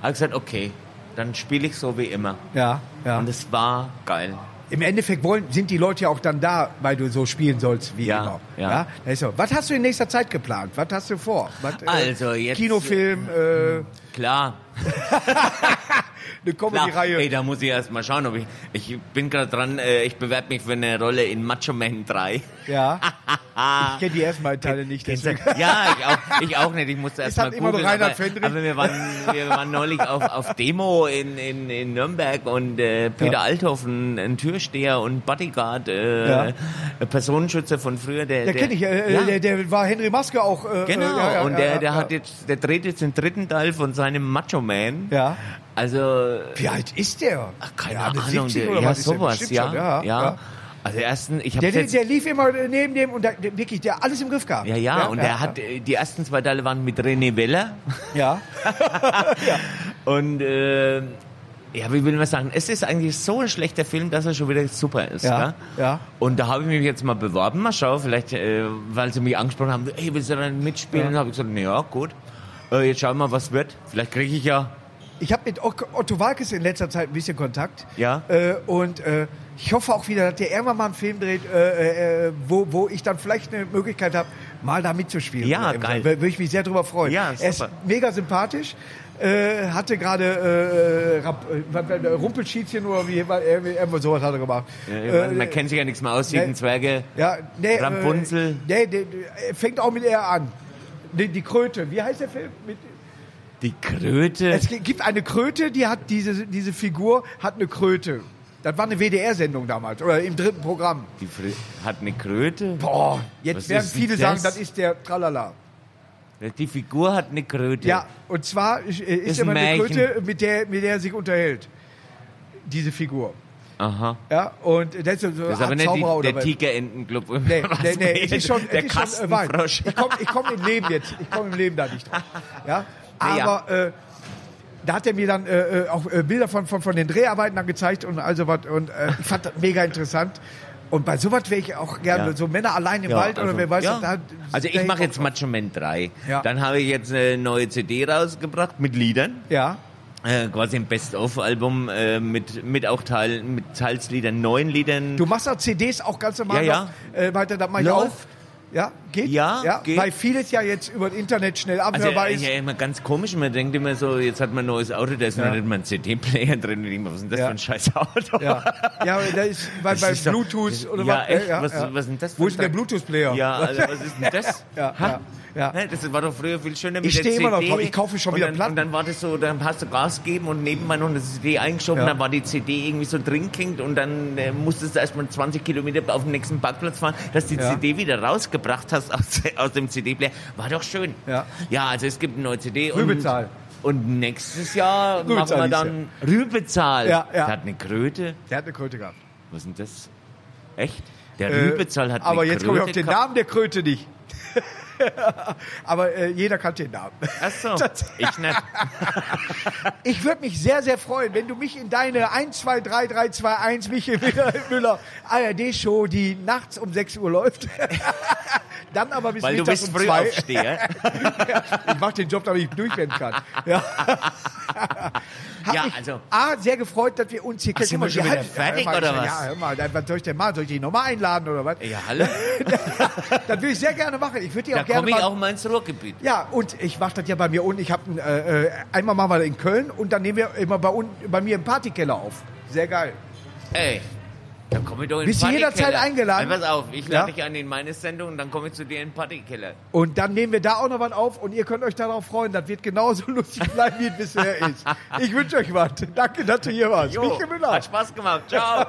Speaker 2: habe ich gesagt, okay, dann spiele ich so wie immer.
Speaker 1: ja, ja.
Speaker 2: Und es war geil.
Speaker 1: Im Endeffekt wollen, sind die Leute ja auch dann da, weil du so spielen sollst wie
Speaker 2: Ja,
Speaker 1: immer.
Speaker 2: ja.
Speaker 1: da ist so. Was hast du in nächster Zeit geplant? Was hast du vor? Was, äh,
Speaker 2: Also jetzt-
Speaker 1: Kinofilm, äh,
Speaker 2: Klar,
Speaker 1: eine
Speaker 2: Klar,
Speaker 1: Comedy-Reihe.
Speaker 2: ey, da muss ich erst mal schauen, ob ich. Ich bin gerade dran, äh, ich bewerbe mich für eine Rolle in Macho Man 3.
Speaker 1: Ja. ich kenne die ersten beiden Teile nicht.
Speaker 2: Kennst du-
Speaker 1: Deswegen.
Speaker 2: Ja, ich auch, ich auch nicht. Ich musste erst
Speaker 1: hat
Speaker 2: mal
Speaker 1: immer noch
Speaker 2: googeln.
Speaker 1: Reinhard
Speaker 2: aber,
Speaker 1: Fendrich.
Speaker 2: aber wir waren, wir waren neulich auf, auf Demo in, in, in Nürnberg und äh, Peter
Speaker 1: Ja.
Speaker 2: Althoff, ein, ein Türsteher und Bodyguard, äh,
Speaker 1: Ja.
Speaker 2: Personenschützer von früher. Der,
Speaker 1: Der kenne ich. Äh,
Speaker 2: ja.
Speaker 1: der, der war Henry Maske auch. Äh,
Speaker 2: Genau,
Speaker 1: äh, ja, ja,
Speaker 2: und
Speaker 1: ja,
Speaker 2: der,
Speaker 1: ja,
Speaker 2: der
Speaker 1: ja.
Speaker 2: hat jetzt, der dreht jetzt den dritten Teil von seinem Macho Man.
Speaker 1: Ja.
Speaker 2: Also
Speaker 1: Wie alt ist der?
Speaker 2: Ach, keine
Speaker 1: ja,
Speaker 2: Ahnung,
Speaker 1: 70
Speaker 2: der,
Speaker 1: oder
Speaker 2: ja,
Speaker 1: was ist der?
Speaker 2: sowas,
Speaker 1: Bestimmt
Speaker 2: ja,
Speaker 1: schon,
Speaker 2: ja,
Speaker 1: ja, ja.
Speaker 2: Also ersten, ich habe
Speaker 1: Der, der,
Speaker 2: jetzt,
Speaker 1: der lief immer neben dem und der, der, wirklich, der hat alles im Griff gehabt.
Speaker 2: ja, ja, und der hat, äh, die ersten zwei Teile waren mit René Weller
Speaker 1: Ja,
Speaker 2: und, äh, ja, wie will man sagen, es ist eigentlich so ein schlechter Film, dass er schon wieder super ist,
Speaker 1: Ja,
Speaker 2: gell?
Speaker 1: ja.
Speaker 2: Und da habe ich mich jetzt mal beworben, mal schauen, vielleicht, äh, weil sie mich angesprochen haben, ey, willst du dann mitspielen? habe ich gesagt, na ja, gut, äh, jetzt schauen wir mal, was wird, vielleicht kriege ich ja,
Speaker 1: ich habe mit Ock- Otto Walkes in letzter Zeit ein bisschen Kontakt.
Speaker 2: Ja.
Speaker 1: Äh, und äh, Ich hoffe auch wieder, dass der irgendwann mal einen Film dreht, äh, äh, wo, wo ich dann vielleicht eine Möglichkeit habe, mal da mitzuspielen.
Speaker 2: Ja,
Speaker 1: Äh,
Speaker 2: geil.
Speaker 1: Würde ich mich sehr drüber freuen.
Speaker 2: Ja,
Speaker 1: er ist
Speaker 2: super.
Speaker 1: mega sympathisch. Äh, hatte gerade äh, Rapp- äh, Rumpelschiezchen oder wie immer, irgendwie- irgendwo sowas hat er gemacht.
Speaker 2: Ja,
Speaker 1: Äh,
Speaker 2: man kennt sich ja nichts mehr aus, sieben
Speaker 1: nee.
Speaker 2: Zwerge.
Speaker 1: ja, nee,
Speaker 2: Rapunzel.
Speaker 1: Äh, nee, der, der fängt auch mit er an. Die, die Kröte. Wie heißt der Film? Mit,
Speaker 2: Die Kröte.
Speaker 1: es gi- gibt eine Kröte, die hat diese, diese Figur hat eine Kröte. Das war eine WDR-Sendung damals oder im dritten Programm.
Speaker 2: Die Fri- hat eine Kröte.
Speaker 1: Boah, jetzt
Speaker 2: Was
Speaker 1: werden
Speaker 2: ist denn
Speaker 1: viele
Speaker 2: das?
Speaker 1: sagen, das ist der Tralala.
Speaker 2: Die Figur hat eine Kröte.
Speaker 1: Ja, und zwar ist, äh, ist
Speaker 2: Ist
Speaker 1: immer
Speaker 2: ein
Speaker 1: eine
Speaker 2: Märchen.
Speaker 1: Kröte, mit der, mit der er sich unterhält. Diese Figur.
Speaker 2: Aha.
Speaker 1: Ja, und das ist so eine
Speaker 2: Das ist
Speaker 1: Art
Speaker 2: aber nicht
Speaker 1: Zauberer
Speaker 2: die,
Speaker 1: oder
Speaker 2: der
Speaker 1: was.
Speaker 2: Tigerentenclub.
Speaker 1: Nee,
Speaker 2: Was
Speaker 1: nee, nee,
Speaker 2: redet
Speaker 1: es ist schon, es
Speaker 2: der
Speaker 1: ist schon äh, Wein.
Speaker 2: Kastenfrosch.
Speaker 1: Ich komme ich komm im Leben jetzt, ich komme im Leben da nicht drauf. Ja?
Speaker 2: Naja.
Speaker 1: Aber äh, da hat er mir dann äh, äh, auch äh, Bilder von, von, von den Dreharbeiten dann gezeigt und also was und äh, ich fand das mega interessant. Und bei sowas wäre ich auch gerne
Speaker 2: Ja.
Speaker 1: so Männer allein im
Speaker 2: Ja,
Speaker 1: Wald oder
Speaker 2: also,
Speaker 1: wer weiß
Speaker 2: ja.
Speaker 1: was da.
Speaker 2: Also ich mache jetzt Macho Man 3.
Speaker 1: Ja.
Speaker 2: Dann habe ich jetzt eine neue CD rausgebracht mit Liedern.
Speaker 1: Ja,
Speaker 2: Äh, quasi ein Best-of-Album äh, mit, mit auch Teil, mit teils Liedern, neuen Liedern.
Speaker 1: du machst auch CDs auch ganz normal
Speaker 2: Ja,
Speaker 1: noch, äh, weiter, das mach ich auch.
Speaker 2: Läuft.
Speaker 1: Ja, geht?
Speaker 2: Ja, geht.
Speaker 1: Weil vieles ja jetzt über das Internet schnell
Speaker 2: also
Speaker 1: abhörbar
Speaker 2: äh,
Speaker 1: ist.
Speaker 2: ja, immer ganz komisch, man denkt immer so, jetzt hat man ein neues Auto, da ist
Speaker 1: Ja.
Speaker 2: noch nicht mal ein CD-Player drin. Und ich denk, Was ist denn das
Speaker 1: Ja.
Speaker 2: für ein scheiß Auto?
Speaker 1: Ja, ja da ist bei,
Speaker 2: Das
Speaker 1: bei
Speaker 2: ist doch-
Speaker 1: Bluetooth
Speaker 2: das-
Speaker 1: oder
Speaker 2: ja,
Speaker 1: was. äh,
Speaker 2: Echt? was, was ist denn das für
Speaker 1: Wo
Speaker 2: ein
Speaker 1: ist denn der
Speaker 2: Dreck?
Speaker 1: Bluetooth-Player?
Speaker 2: Ja, also was ist denn das?
Speaker 1: Ja,
Speaker 2: Ha?
Speaker 1: ja, ja.
Speaker 2: Ne, Das war doch früher viel schöner mit
Speaker 1: Ich
Speaker 2: der
Speaker 1: stehe immer noch
Speaker 2: CD.
Speaker 1: drauf. Ich kaufe schon
Speaker 2: und
Speaker 1: wieder
Speaker 2: dann,
Speaker 1: Platten.
Speaker 2: Und dann war das so, dann hast du Gas gegeben und nebenbei noch eine CD eingeschoben,
Speaker 1: Ja.
Speaker 2: dann war die CD irgendwie so dringend und dann äh, musstest du erstmal 20 Kilometer auf den nächsten Parkplatz fahren, dass die
Speaker 1: Ja.
Speaker 2: CD wieder rausgebracht hast aus, aus dem CD-Player. War doch schön.
Speaker 1: Ja.
Speaker 2: ja, also es gibt eine neue CD.
Speaker 1: Rübezahl.
Speaker 2: Und, und nächstes Jahr machen
Speaker 1: Rübezahl
Speaker 2: wir
Speaker 1: hieß
Speaker 2: dann Rübezahl.
Speaker 1: Ja, ja.
Speaker 2: Der hat eine Kröte.
Speaker 1: Der hat eine Kröte gehabt.
Speaker 2: Was ist denn das? Echt? Der
Speaker 1: Äh,
Speaker 2: Rübezahl hat
Speaker 1: aber
Speaker 2: eine
Speaker 1: jetzt
Speaker 2: Kröte
Speaker 1: komme ich auf den
Speaker 2: gehabt.
Speaker 1: Namen der Kröte nicht. aber äh, jeder kannte den Namen.
Speaker 2: Ach so. Ich nicht.
Speaker 1: Ich würde mich sehr, sehr freuen, wenn du mich in deine 123321 Michael Müller, Müller ARD-Show, die nachts um 6 Uhr läuft, dann aber bis
Speaker 2: Weil du
Speaker 1: mittags
Speaker 2: bist
Speaker 1: um
Speaker 2: früh
Speaker 1: 2
Speaker 2: aufsteher.
Speaker 1: Ich mache den Job, damit ich durchrennen kann. Ja. Hat
Speaker 2: Ja,
Speaker 1: mich
Speaker 2: also-
Speaker 1: A, sehr gefreut, dass wir uns hier
Speaker 2: Ach, sind wir schon
Speaker 1: die
Speaker 2: wieder
Speaker 1: halb-
Speaker 2: fertig,
Speaker 1: hör mal,
Speaker 2: oder was?
Speaker 1: Ja, hör mal, dann, was soll ich denn machen? Soll ich dich nochmal einladen oder was?
Speaker 2: Ja, hallo.
Speaker 1: Das würde ich sehr gerne machen. Ich würde dir
Speaker 2: Da
Speaker 1: auch gerne
Speaker 2: komme ich
Speaker 1: mal...
Speaker 2: auch mal ins Ruhrgebiet.
Speaker 1: Ja, und ich mache das ja bei mir unten. Ich habe äh, äh, einmal machen wir in Köln und dann nehmen wir immer bei, unten, bei mir im Partykeller auf. Sehr geil.
Speaker 2: Ey, da komme ich doch in
Speaker 1: Bist du
Speaker 2: den
Speaker 1: jederzeit
Speaker 2: Partykeller.
Speaker 1: eingeladen?
Speaker 2: Ey, pass auf, ich
Speaker 1: Ja.
Speaker 2: lade dich an in meine Sendung und dann komme ich zu dir in den Partykeller.
Speaker 1: Und dann nehmen wir da auch noch was auf und ihr könnt euch darauf freuen. Das wird genauso lustig bleiben, wie es bisher ist. Ich wünsche euch was. Danke, dass du hier warst. Michael Müller.
Speaker 2: hat Spaß gemacht. Ciao.